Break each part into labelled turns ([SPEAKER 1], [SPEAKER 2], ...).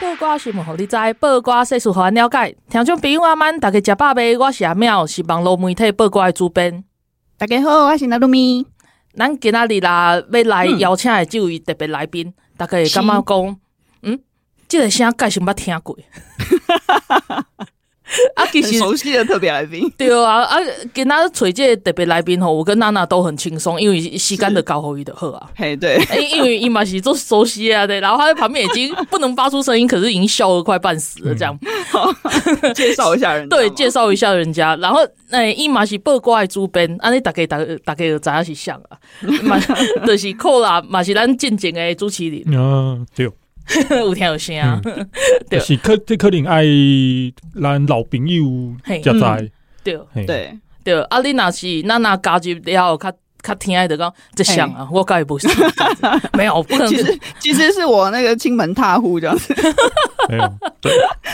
[SPEAKER 1] 八卦新闻，互你知；八卦世事，互咱了解。听众朋友阿曼，大家食饱未？我是阿妙，是网络媒体八卦的主编。
[SPEAKER 2] 大家好，我是那露咪。
[SPEAKER 1] 咱今仔日啦，要来邀请的这位特别来宾，大家会感觉讲，嗯，这个声介是毋捌听 过。啊，其
[SPEAKER 2] 很
[SPEAKER 1] 实，
[SPEAKER 2] 熟悉的特别来宾
[SPEAKER 1] 对啊，啊，今仔找这个特别来宾吼，我跟娜娜都很轻松，因为时间就交互伊就好啊。
[SPEAKER 2] 嘿，对，
[SPEAKER 1] 因因为伊嘛是做熟悉啊对，然后他在旁边已经不能发出声音，可是已经笑得快半死了这样。
[SPEAKER 2] 嗯介绍一 下人，
[SPEAKER 1] 对，介
[SPEAKER 2] 绍
[SPEAKER 1] 绍一下人家，然后诶，伊、嘛是八卦的主编，安尼大家大家大家就知影是谁 啊，嘛就是扣啦，嘛是咱进前的主持人，
[SPEAKER 3] 啊，对，
[SPEAKER 1] 有听有声啊，
[SPEAKER 2] 嗯
[SPEAKER 1] 对
[SPEAKER 3] 就是可这可能爱咱老朋友
[SPEAKER 1] 嘿
[SPEAKER 3] 才
[SPEAKER 2] 嗯
[SPEAKER 3] 知，
[SPEAKER 1] 对
[SPEAKER 3] 嘿，
[SPEAKER 2] 对，
[SPEAKER 1] 对，啊，你若是咱若加入了后，较较听的就讲这谁啊，我甲伊无熟， 没有，不可能
[SPEAKER 2] 哎其实其实是我那个亲门踏户这样子
[SPEAKER 3] 没有，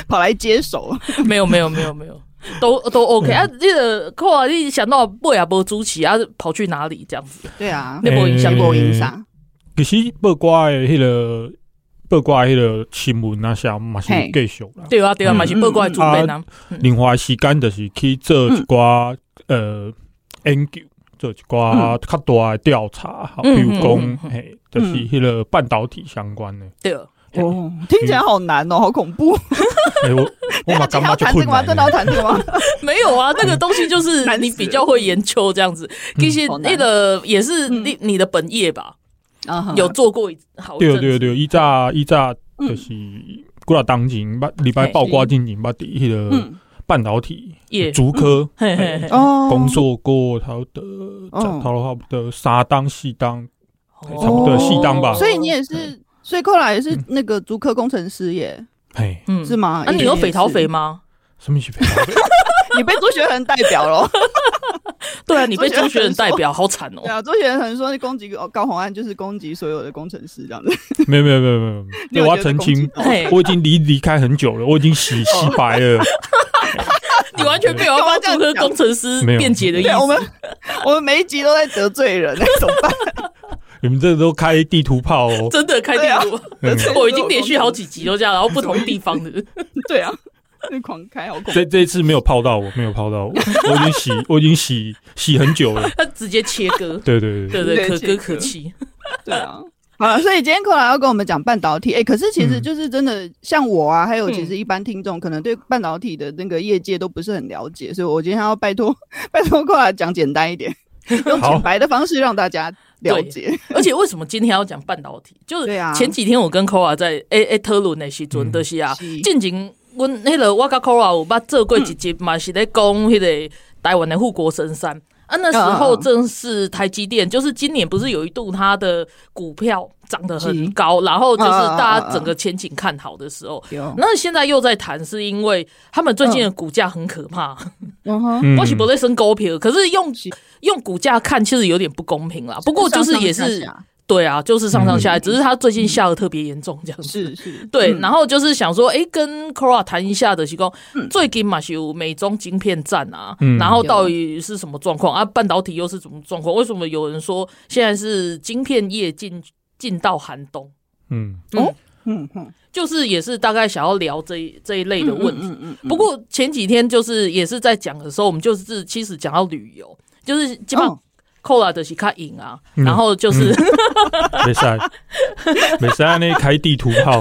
[SPEAKER 2] 跑来接手，
[SPEAKER 1] 没有没有没有没有，都都 OK 啊，
[SPEAKER 2] 嗯
[SPEAKER 1] 你的扣啊，你想到尾啊无主持啊，跑去哪里这样子？
[SPEAKER 2] 对啊，
[SPEAKER 3] 嗯
[SPEAKER 1] 你无影响
[SPEAKER 3] 诶
[SPEAKER 2] 播音啥，
[SPEAKER 3] 其实八卦的迄个八卦的迄个新闻啊啥嘛是
[SPEAKER 2] 嘿
[SPEAKER 3] 继续啦，
[SPEAKER 1] 对啊对啊，
[SPEAKER 3] 嗯
[SPEAKER 1] 嘛是八卦的主编啊，
[SPEAKER 3] 另外时间就是去做一寡呃研究。做一寡较大的调查，好，比
[SPEAKER 1] 嗯
[SPEAKER 3] 如
[SPEAKER 1] 嗯嗯
[SPEAKER 3] 讲，嘿，就是迄个半导体相关的。
[SPEAKER 1] 对，啊
[SPEAKER 2] 哦，听起来好难哦，好恐怖，
[SPEAKER 3] 嘿嗯我我嘛感
[SPEAKER 2] 今天要
[SPEAKER 3] 觉就
[SPEAKER 2] 谈这
[SPEAKER 3] 困
[SPEAKER 2] 个吗？
[SPEAKER 3] 难
[SPEAKER 2] 真的要
[SPEAKER 3] 的。
[SPEAKER 2] 谈这个吗？
[SPEAKER 1] 没有啊，那个东西就是
[SPEAKER 2] 难死嗯
[SPEAKER 1] 你比较会研究这样子，其实
[SPEAKER 2] 好难嗯
[SPEAKER 1] 那个也是你你的本业吧，
[SPEAKER 2] 啊
[SPEAKER 1] 有做过一好一嗯阵
[SPEAKER 3] 对啊
[SPEAKER 1] 子
[SPEAKER 3] 对对，伊早伊早就是几啊当前捌礼拜曝光进前捌伫迄个
[SPEAKER 2] 嗯，
[SPEAKER 3] 半导体
[SPEAKER 1] 业，
[SPEAKER 3] 竹科
[SPEAKER 1] 嗯嘿嘿嘿，
[SPEAKER 2] 哦，
[SPEAKER 3] 工作过，差不多
[SPEAKER 2] 哦
[SPEAKER 3] 差不多三当四当，
[SPEAKER 1] 哦
[SPEAKER 3] 差不多四档吧
[SPEAKER 2] 所以你也
[SPEAKER 3] 嗯
[SPEAKER 2] 是，所以后来也是那个足科工程师耶，
[SPEAKER 3] 嘿，
[SPEAKER 1] 嗯
[SPEAKER 2] 是？吗？
[SPEAKER 1] 那你有匪逃匪？吗？
[SPEAKER 3] 什么是陪跑？
[SPEAKER 2] 你被朱学恒代表了。
[SPEAKER 1] 对啊，你被
[SPEAKER 2] 周
[SPEAKER 1] 周
[SPEAKER 2] 学
[SPEAKER 1] 学
[SPEAKER 2] 恒
[SPEAKER 1] 仁代表，好惨哦
[SPEAKER 2] 对。啊，周学恒说攻击哦高洪安就是攻击所有的工程师这样子。
[SPEAKER 3] 没有没有没有没有，
[SPEAKER 2] 你
[SPEAKER 3] 对，
[SPEAKER 2] 有
[SPEAKER 3] 我要
[SPEAKER 2] 觉得
[SPEAKER 3] 澄
[SPEAKER 2] 攻击
[SPEAKER 3] 清
[SPEAKER 2] 到
[SPEAKER 1] 嘿，哦
[SPEAKER 3] 我已经离离开很久了，我已经洗洗白了，
[SPEAKER 1] 你完全没有要帮主科工程师
[SPEAKER 3] 没有
[SPEAKER 1] 辩解的意
[SPEAKER 2] 对，啊我
[SPEAKER 1] 思。
[SPEAKER 2] 们我们每一集都在得罪人，那怎么办？
[SPEAKER 3] 你们这都开地图炮哦，
[SPEAKER 1] 真的开地图，哦
[SPEAKER 3] 嗯
[SPEAKER 2] 对啊
[SPEAKER 1] 我已经连续好几集都这样，然后不同地方 的。
[SPEAKER 2] 对啊，那狂开好恐怖
[SPEAKER 3] 这。这一次没有泡到我，没有泡到我，我已经洗我已经洗洗很久了，，
[SPEAKER 1] 他直接切割
[SPEAKER 3] 对对对，
[SPEAKER 1] 对对，
[SPEAKER 2] 对
[SPEAKER 1] 可
[SPEAKER 2] 切
[SPEAKER 1] 歌
[SPEAKER 2] 割
[SPEAKER 1] 可泣。
[SPEAKER 2] 对啊。好了，所以今天克莱要跟我们讲半导体，哎、可是其
[SPEAKER 3] 嗯
[SPEAKER 2] 实就是真的，像我啊，还有其
[SPEAKER 1] 嗯
[SPEAKER 2] 实一般听众可能对半导体的那个业界都不是很了解，所以我今天要拜托拜托克莱讲简单一 点，用
[SPEAKER 3] 好
[SPEAKER 2] 简白的方式让大家了解。
[SPEAKER 1] 而且为什么今天要讲半导体？就是
[SPEAKER 2] 对啊
[SPEAKER 1] 前几天我跟 Kora 在诶诶讨论的时阵，
[SPEAKER 3] 嗯
[SPEAKER 1] 就是啊，
[SPEAKER 2] 是
[SPEAKER 1] 进前阮迄个我甲 Kora 有捌做过一集嘛，是咧讲迄个台湾的护国神山。啊，那时候
[SPEAKER 2] 嗯嗯嗯
[SPEAKER 1] 正是台积电，就是今年不是有一度它的股票涨得很
[SPEAKER 2] 是
[SPEAKER 1] 高，然后就是
[SPEAKER 2] 嗯嗯嗯
[SPEAKER 1] 大家
[SPEAKER 2] 嗯
[SPEAKER 1] 整个前景看好的时候，
[SPEAKER 2] 有，
[SPEAKER 1] 那现在又在谈，是因为他们最近的股价很可怕。
[SPEAKER 2] 嗯哼，
[SPEAKER 3] 嗯
[SPEAKER 1] 我是不在升高票，可是用
[SPEAKER 2] 是
[SPEAKER 1] 用股价看其实有点不公平啦。不过就是也
[SPEAKER 2] 上上
[SPEAKER 1] 是
[SPEAKER 2] 下下
[SPEAKER 1] 对啊，就是上上下下，
[SPEAKER 2] 嗯
[SPEAKER 1] 只是他最近下的特别严重这样子。
[SPEAKER 2] 是是，
[SPEAKER 1] 对，
[SPEAKER 2] 嗯
[SPEAKER 1] 然后就是想说，诶，跟 Cora 谈一下的，就是说
[SPEAKER 2] 嗯
[SPEAKER 1] 最近嘛是有美中晶片战啊，
[SPEAKER 3] 嗯
[SPEAKER 1] 然后到底是什么状况啊？半导体又是什么状况？为什么有人说现在是晶片业进进到寒冬？
[SPEAKER 3] 嗯，
[SPEAKER 2] 嗯哼，
[SPEAKER 1] 就是也是大概想要聊这一这一类的问题。
[SPEAKER 2] 嗯嗯嗯
[SPEAKER 1] 不过前几天就是也是在讲的时候，我们就是其实讲到旅游，就是基本上
[SPEAKER 2] 哦
[SPEAKER 1] 扣了的是看赢啊，
[SPEAKER 3] 嗯
[SPEAKER 1] 然后就是、
[SPEAKER 3] 没啊赛，没赛，啊那开地图炮，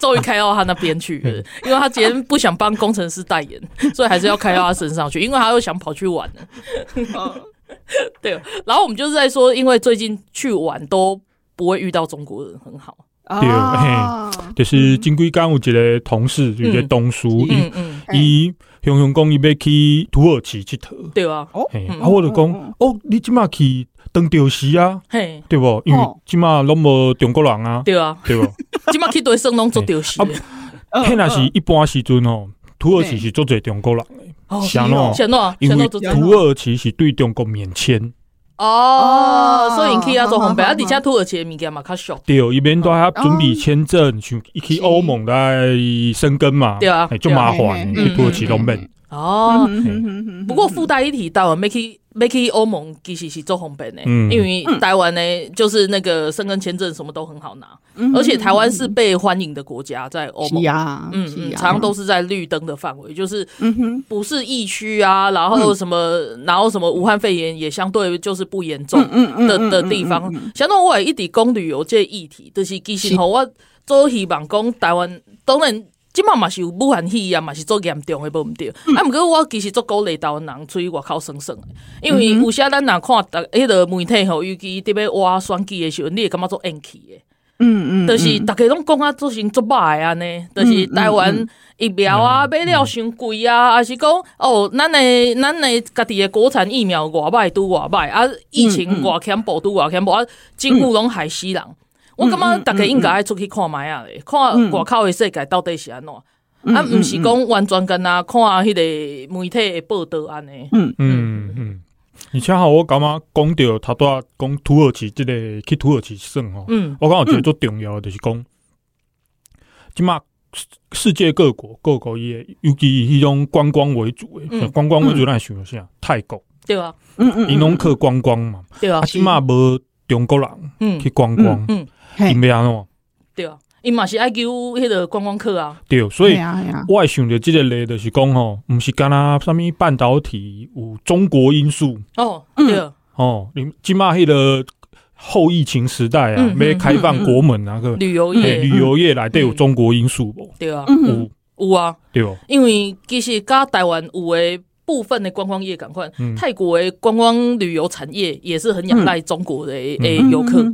[SPEAKER 1] 终于开到他那边 去了，因为他今天不想帮工程师代言， 所以还是要开到他身上去，因为他又想跑去玩了。
[SPEAKER 2] 嗯
[SPEAKER 1] 对，然后我们就是在说，因为最近去玩都不会遇到中国人，很好。
[SPEAKER 3] 对
[SPEAKER 2] 啊，
[SPEAKER 3] 就是金龟刚有一个同事，有一个同事，
[SPEAKER 1] 嗯嗯，
[SPEAKER 3] 伊伊雄雄讲伊要去土耳其佚佗，
[SPEAKER 1] 对啊，
[SPEAKER 3] 嘿
[SPEAKER 1] 嗯
[SPEAKER 3] 啊，我就
[SPEAKER 2] 嗯
[SPEAKER 3] 讲
[SPEAKER 2] 嗯
[SPEAKER 3] 哦，你即马去。当钓时啊，
[SPEAKER 1] 嘿，
[SPEAKER 3] 对不？因为
[SPEAKER 2] 哦
[SPEAKER 3] 即马拢无中国人啊，
[SPEAKER 1] 对啊，
[SPEAKER 3] 对不？
[SPEAKER 1] 即马去对算拢做着是
[SPEAKER 3] 啊，迄若是一般时阵吼，土耳其是做侪中国人，
[SPEAKER 1] 哦
[SPEAKER 3] 是安怎？
[SPEAKER 1] 先喏，
[SPEAKER 3] 因
[SPEAKER 1] 先
[SPEAKER 3] 为
[SPEAKER 1] 喏做这
[SPEAKER 3] 土耳其是对中国免签，
[SPEAKER 1] 哦，所以因去遐做烘焙，
[SPEAKER 2] 哦
[SPEAKER 1] 啊，而且土耳其的物件嘛较俗，
[SPEAKER 3] 对，哦伊免在遐准备签证，像伊去欧盟来生根嘛，
[SPEAKER 1] 对啊
[SPEAKER 3] 嘿就麻烦的，
[SPEAKER 1] 对啊
[SPEAKER 3] 去土耳其拢免。
[SPEAKER 1] 哦。
[SPEAKER 2] 嗯哼哼哼
[SPEAKER 1] 不过附带一提，啊台湾要去要去欧盟其实是做烘焙的，
[SPEAKER 3] 嗯
[SPEAKER 1] 因为台湾呢就是那个申根签证什么都很好拿，
[SPEAKER 2] 嗯
[SPEAKER 1] 而且台湾是被欢迎的国家，在欧盟
[SPEAKER 2] 是。啊，
[SPEAKER 1] 嗯
[SPEAKER 2] 是
[SPEAKER 1] 嗯，
[SPEAKER 2] 啊
[SPEAKER 1] 常常都是在绿灯的范围，就是
[SPEAKER 2] 嗯哼，
[SPEAKER 1] 不是疫区啊，然后什么，然后什么武汉肺炎也相对就是不严重的、
[SPEAKER 2] 嗯嗯嗯
[SPEAKER 1] 的地方。相当于我也一直讲旅游这议题，就是其实
[SPEAKER 2] 是
[SPEAKER 1] 吼，我做希望讲台湾，当然即满嘛是有武汉肺炎嘛是做严重的，无毋对。
[SPEAKER 2] 嗯
[SPEAKER 1] 啊，毋过我其实做鼓励台湾人出去外口耍耍的，因为
[SPEAKER 2] 嗯
[SPEAKER 1] 有时啊咱若看逐迄个媒体吼，尤其特别挖选举的时候，你会感觉做硬气的。
[SPEAKER 2] 嗯嗯，
[SPEAKER 1] 就是逐个拢讲啊，做成足歹安尼，就是台湾疫苗啊买了伤贵啊，还是讲哦，咱的咱的家己的国产疫苗偌歹拄偌歹啊，疫情偌恐怖拄偌恐怖啊，政府拢害死人。我感觉逐个应该爱出去看卖啊咧，看外口的世界到底是安怎。
[SPEAKER 2] 嗯
[SPEAKER 1] 啊，毋是讲完全干呐，看迄个媒体的报道安尼。
[SPEAKER 3] 嗯嗯，而且吼，我感觉讲到头拄仔讲土耳其即个去土耳其耍吼，
[SPEAKER 1] 嗯
[SPEAKER 3] 我感觉有一个最重要的就是讲，即马世界各国各国伊的尤其以迄种观光为主的，
[SPEAKER 1] 嗯
[SPEAKER 3] 观光为主咱会想啥？泰国，
[SPEAKER 1] 对啊，
[SPEAKER 2] 嗯嗯，
[SPEAKER 3] 因拢靠观光嘛，
[SPEAKER 1] 对啊
[SPEAKER 3] 啊，，即马无中国人
[SPEAKER 1] 嗯
[SPEAKER 3] 去，观光，
[SPEAKER 1] 嗯
[SPEAKER 2] 嘿
[SPEAKER 3] 因要安怎？
[SPEAKER 1] 对啊，因嘛是爱求迄个观光客啊，
[SPEAKER 3] 对，所以
[SPEAKER 2] 对啊对啊，
[SPEAKER 3] 我会想着即个例，就是讲吼，毋是干那啥物半导体有中国因素。
[SPEAKER 1] 哦，对啊，
[SPEAKER 3] 哦，你即马迄个后疫情时代啊，
[SPEAKER 1] 嗯
[SPEAKER 3] 要开放国门啊，个
[SPEAKER 1] 旅游
[SPEAKER 3] 嘿
[SPEAKER 1] 业，
[SPEAKER 3] 旅游业内底有中国因素无？
[SPEAKER 1] 对啊，
[SPEAKER 2] 嗯
[SPEAKER 3] 有
[SPEAKER 1] 有啊，
[SPEAKER 3] 对无？
[SPEAKER 1] 因为其实甲台湾有诶部分的观光业赶快，
[SPEAKER 3] 嗯
[SPEAKER 1] 泰国的观光旅游产业也是很仰赖中国的
[SPEAKER 3] 嗯
[SPEAKER 1] 诶
[SPEAKER 2] 嗯
[SPEAKER 1] 游客，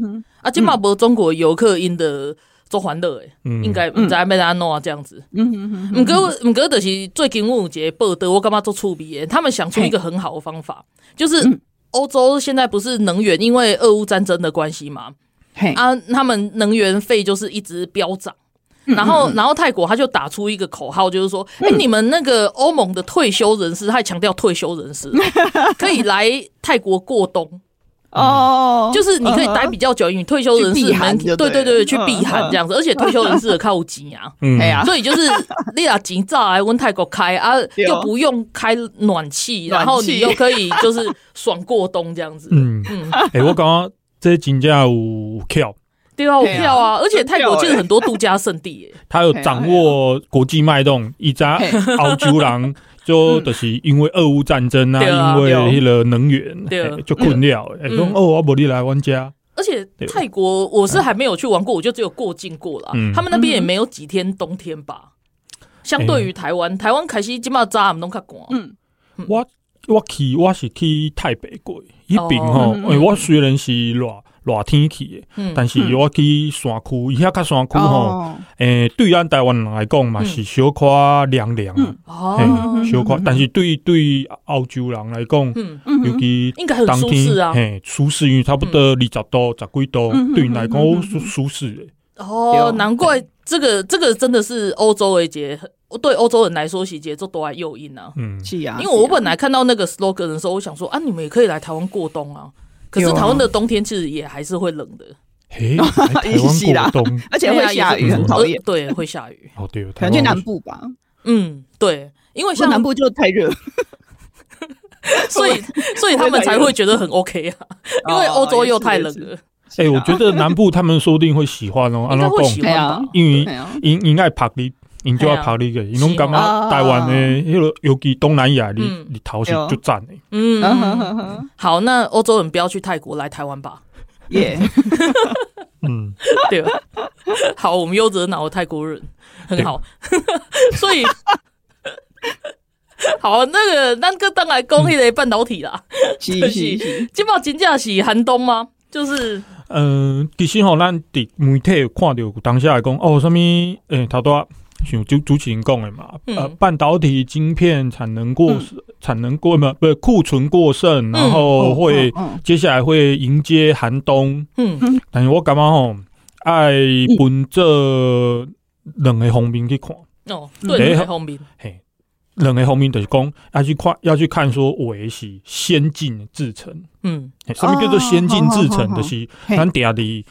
[SPEAKER 1] 啊，即嘛无中国的游客因的做欢乐诶，
[SPEAKER 3] 嗯
[SPEAKER 1] 应该毋知要安怎么这样子。
[SPEAKER 2] 嗯哼哼，
[SPEAKER 1] 毋过毋过，就是最近我有一个报道，我感觉做趣味的，他们想出一个很好的方法，
[SPEAKER 2] 嗯
[SPEAKER 1] 就是欧洲现在不是能源因为俄乌战争的关系嘛，
[SPEAKER 2] 嘿，
[SPEAKER 1] 啊，他们能源费就是一直飙涨。
[SPEAKER 2] 嗯
[SPEAKER 1] 然后，然后泰国他就打出一个口号，就是说，哎、你们那个欧盟的退休人士，他还强调退休人士哦可以来泰国过冬，
[SPEAKER 2] 哦，
[SPEAKER 1] 就是你可以待比较久，因为退休人士
[SPEAKER 2] 去避寒
[SPEAKER 1] 们
[SPEAKER 2] 就
[SPEAKER 1] 对
[SPEAKER 2] 对
[SPEAKER 1] 对对
[SPEAKER 2] 了
[SPEAKER 1] 对，去避
[SPEAKER 2] 嗯
[SPEAKER 1] 寒
[SPEAKER 2] 嗯
[SPEAKER 1] 这样子，而且退休人士的靠近啊，
[SPEAKER 3] 嗯
[SPEAKER 2] 哎呀，
[SPEAKER 1] 所以就是 你俩钱早来温泰国开啊，
[SPEAKER 2] 对哦
[SPEAKER 1] 又不用开暖气，
[SPEAKER 2] 暖气
[SPEAKER 1] 然后你又可以就是爽过冬这样子，
[SPEAKER 3] 嗯，
[SPEAKER 1] 嗯，
[SPEAKER 3] 诶，我感觉这真正有巧，
[SPEAKER 1] 对啊，我
[SPEAKER 2] 对啊
[SPEAKER 1] 票啊，而且
[SPEAKER 2] 很
[SPEAKER 1] 泰国
[SPEAKER 2] 妙
[SPEAKER 1] 其实
[SPEAKER 2] 欸
[SPEAKER 1] 很多度假胜地耶、欸
[SPEAKER 3] 他有掌握国际脉动，伊知道
[SPEAKER 2] 嘿
[SPEAKER 1] 啊
[SPEAKER 3] 澳洲人就就是因为俄乌战争
[SPEAKER 1] 嗯对
[SPEAKER 3] 啊，
[SPEAKER 1] 啊
[SPEAKER 3] 因为迄个能源
[SPEAKER 1] 对啊
[SPEAKER 3] 嘿就困了，诶，
[SPEAKER 1] 嗯
[SPEAKER 3] 讲哦，我无你来阮家，
[SPEAKER 1] 而且
[SPEAKER 3] 对
[SPEAKER 1] 泰国我是还没有去玩过，我就只有过境过啦。
[SPEAKER 3] 嗯
[SPEAKER 1] 他们那边也没有几天冬天吧。相对于台
[SPEAKER 3] 嗯
[SPEAKER 1] 湾，台湾开始今嘛早暗拢较寒。
[SPEAKER 2] 嗯
[SPEAKER 3] 我我去我是去台北过，迄边吼，
[SPEAKER 2] 哦
[SPEAKER 3] 诶，我虽然是热热天去的。
[SPEAKER 1] 嗯
[SPEAKER 3] 但是我去山区，伊遐较山区吼，
[SPEAKER 2] 哦，
[SPEAKER 3] 诶，对咱台湾人来讲嘛
[SPEAKER 1] 嗯
[SPEAKER 3] 是小可凉凉啊，
[SPEAKER 1] 哦，
[SPEAKER 3] 嘿，小可。
[SPEAKER 2] 嗯
[SPEAKER 3] 但是对对澳洲人来讲，
[SPEAKER 1] 嗯，
[SPEAKER 3] 尤其
[SPEAKER 1] 应该很
[SPEAKER 3] 当
[SPEAKER 1] 舒适
[SPEAKER 3] 天
[SPEAKER 1] 啊嗯
[SPEAKER 3] 嘿，舒适，因为差不多二十度、十几度，对因来讲哦舒舒适的。啊
[SPEAKER 1] 哦，难怪这个这个真的是欧洲的节，对欧洲人来说，是节奏多爱诱因啊。
[SPEAKER 3] 嗯，
[SPEAKER 2] 是啊，
[SPEAKER 1] 因为我本来看到那个 slogan 的时候，我想说啊，你们也可以来台湾过冬啊。可是
[SPEAKER 2] 有啊
[SPEAKER 1] 台湾的冬天其实也还是会冷的，
[SPEAKER 3] 嘿，来 台
[SPEAKER 2] 是啦
[SPEAKER 3] 湾过冬，
[SPEAKER 2] 而且会下雨，很讨厌
[SPEAKER 1] 呃，对，会下雨。
[SPEAKER 3] 哦对，
[SPEAKER 2] 可
[SPEAKER 3] 台
[SPEAKER 2] 能去
[SPEAKER 3] 湾
[SPEAKER 2] 南部吧，
[SPEAKER 1] 嗯，对，因为
[SPEAKER 2] 去
[SPEAKER 1] 像
[SPEAKER 2] 南部就太热，
[SPEAKER 1] 所 以所以他们才会觉得很 OK 啊，因为欧洲又太冷了，
[SPEAKER 3] 哎，我觉得南部他们说不定会喜欢哦，安
[SPEAKER 1] 应
[SPEAKER 3] 怎
[SPEAKER 1] 该会喜
[SPEAKER 3] 讲？
[SPEAKER 1] 欢吧
[SPEAKER 2] 对啊？
[SPEAKER 3] 因为
[SPEAKER 2] 对啊，
[SPEAKER 3] 因因爱晒日，因就爱晒日个，因拢感觉台湾的迄个，尤其东南亚的
[SPEAKER 1] 嗯
[SPEAKER 3] 日头是
[SPEAKER 2] 对哦
[SPEAKER 3] 足赞的。
[SPEAKER 1] 嗯， 好，那欧洲人不要去泰国，来台湾吧。
[SPEAKER 2] 耶，
[SPEAKER 3] 嗯。
[SPEAKER 1] 对吧？ 好，我们又惹恼了泰国人，很好。 所以， 好，那个那个当然讲迄个半导体啦，
[SPEAKER 2] 是
[SPEAKER 1] 就是
[SPEAKER 2] 是，
[SPEAKER 1] 是今嘛真正是寒冬吗？就是
[SPEAKER 3] 呃，其实吼，咱伫媒体有看到有当下来讲，哦，什物诶，头拄仔像主主持人讲的嘛，
[SPEAKER 1] 嗯
[SPEAKER 3] 呃，半导体晶片产能过、产能过嘛，不是库存过剩，然后会、
[SPEAKER 2] 嗯
[SPEAKER 3] 接下来会迎接寒冬，
[SPEAKER 1] 嗯
[SPEAKER 3] 但是我感觉吼，爱分这两个方面去看，
[SPEAKER 1] 哦，对，两个方面，
[SPEAKER 3] 嘿，两个方面就是讲要去看要去看说维是先进制程，
[SPEAKER 1] 嗯
[SPEAKER 3] 嘿什么叫做先进制
[SPEAKER 2] 哦好
[SPEAKER 3] 程？
[SPEAKER 2] 好好
[SPEAKER 3] 就是
[SPEAKER 2] 嘿
[SPEAKER 3] 咱定伫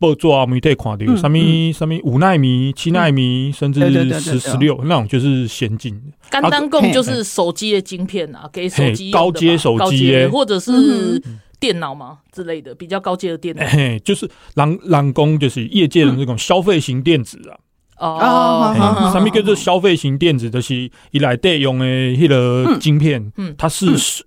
[SPEAKER 3] 报纸啊媒体看到，
[SPEAKER 2] 嗯
[SPEAKER 3] 什么什么五纳米、七纳米，甚
[SPEAKER 2] 对对对
[SPEAKER 3] 至
[SPEAKER 2] 对
[SPEAKER 3] 十
[SPEAKER 2] 对
[SPEAKER 3] 十六那种就是先进的。
[SPEAKER 1] 简单讲就是手机的晶片啊，给手机用的吧
[SPEAKER 3] 嘿高阶手机
[SPEAKER 1] 高阶
[SPEAKER 3] 耶
[SPEAKER 1] 的或者
[SPEAKER 2] 嗯
[SPEAKER 1] 是电脑嘛之类的，比较高阶的电脑
[SPEAKER 3] 嘿，就是人人工就是业界的那种消费型电子啊，
[SPEAKER 1] 哦
[SPEAKER 2] 哦，
[SPEAKER 3] 嘿
[SPEAKER 2] 嗯嗯嗯
[SPEAKER 3] 什么叫做消费型电子？就是伊来代用的迄个晶片
[SPEAKER 1] 嗯嗯，
[SPEAKER 3] 它是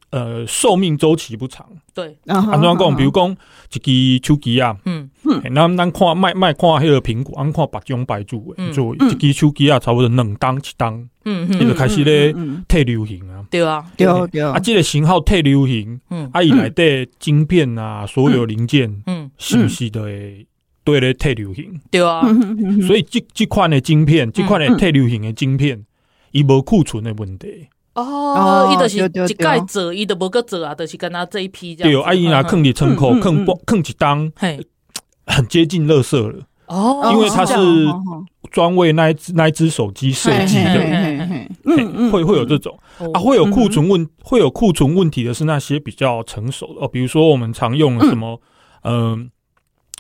[SPEAKER 3] 呃寿命周期不长。
[SPEAKER 1] 对，
[SPEAKER 2] 安
[SPEAKER 3] 安怎讲？比如讲一支手机啊，
[SPEAKER 1] 嗯
[SPEAKER 3] 嘿咱咱看卖卖看迄个苹果，咱看白种白主诶，
[SPEAKER 1] 嗯
[SPEAKER 3] 就一支手机啊，差不多两当一当，
[SPEAKER 1] 嗯
[SPEAKER 3] 伊就
[SPEAKER 1] 嗯，
[SPEAKER 3] 开始咧
[SPEAKER 2] 嗯
[SPEAKER 3] 退流行啊。
[SPEAKER 1] 对啊，
[SPEAKER 2] 对
[SPEAKER 3] 嘿
[SPEAKER 2] 对
[SPEAKER 3] 啊，即个型号退流行，
[SPEAKER 1] 嗯
[SPEAKER 3] 啊，伊内底晶片啊，所有零件
[SPEAKER 1] 嗯，
[SPEAKER 3] 是不是都会对咧退流行？
[SPEAKER 1] 对啊，
[SPEAKER 3] 所以即即款的晶片，即款的退流行的晶片，伊无库存的问题。
[SPEAKER 1] 哦，伊就是
[SPEAKER 2] 对对
[SPEAKER 1] 一
[SPEAKER 2] 对
[SPEAKER 1] 届做，伊就无个做啊，就是跟他这一批这样子。
[SPEAKER 3] 对，啊，伊若
[SPEAKER 1] 嗯
[SPEAKER 3] 坑伫仓库，
[SPEAKER 2] 嗯嗯
[SPEAKER 3] 坑
[SPEAKER 2] 嗯
[SPEAKER 3] 坑一当，
[SPEAKER 1] 嘿，
[SPEAKER 3] 很接近垃圾了，
[SPEAKER 1] 哦，
[SPEAKER 3] 因为它是
[SPEAKER 2] 哦这样哦
[SPEAKER 3] 专为那一只那一只手机设计
[SPEAKER 1] 嘿
[SPEAKER 3] 的，嘿会会有这种
[SPEAKER 1] 嗯哦
[SPEAKER 3] 啊，会有库存问，会有库存问题的是那些比较成熟的哦，比如说我们常用的什么，嗯，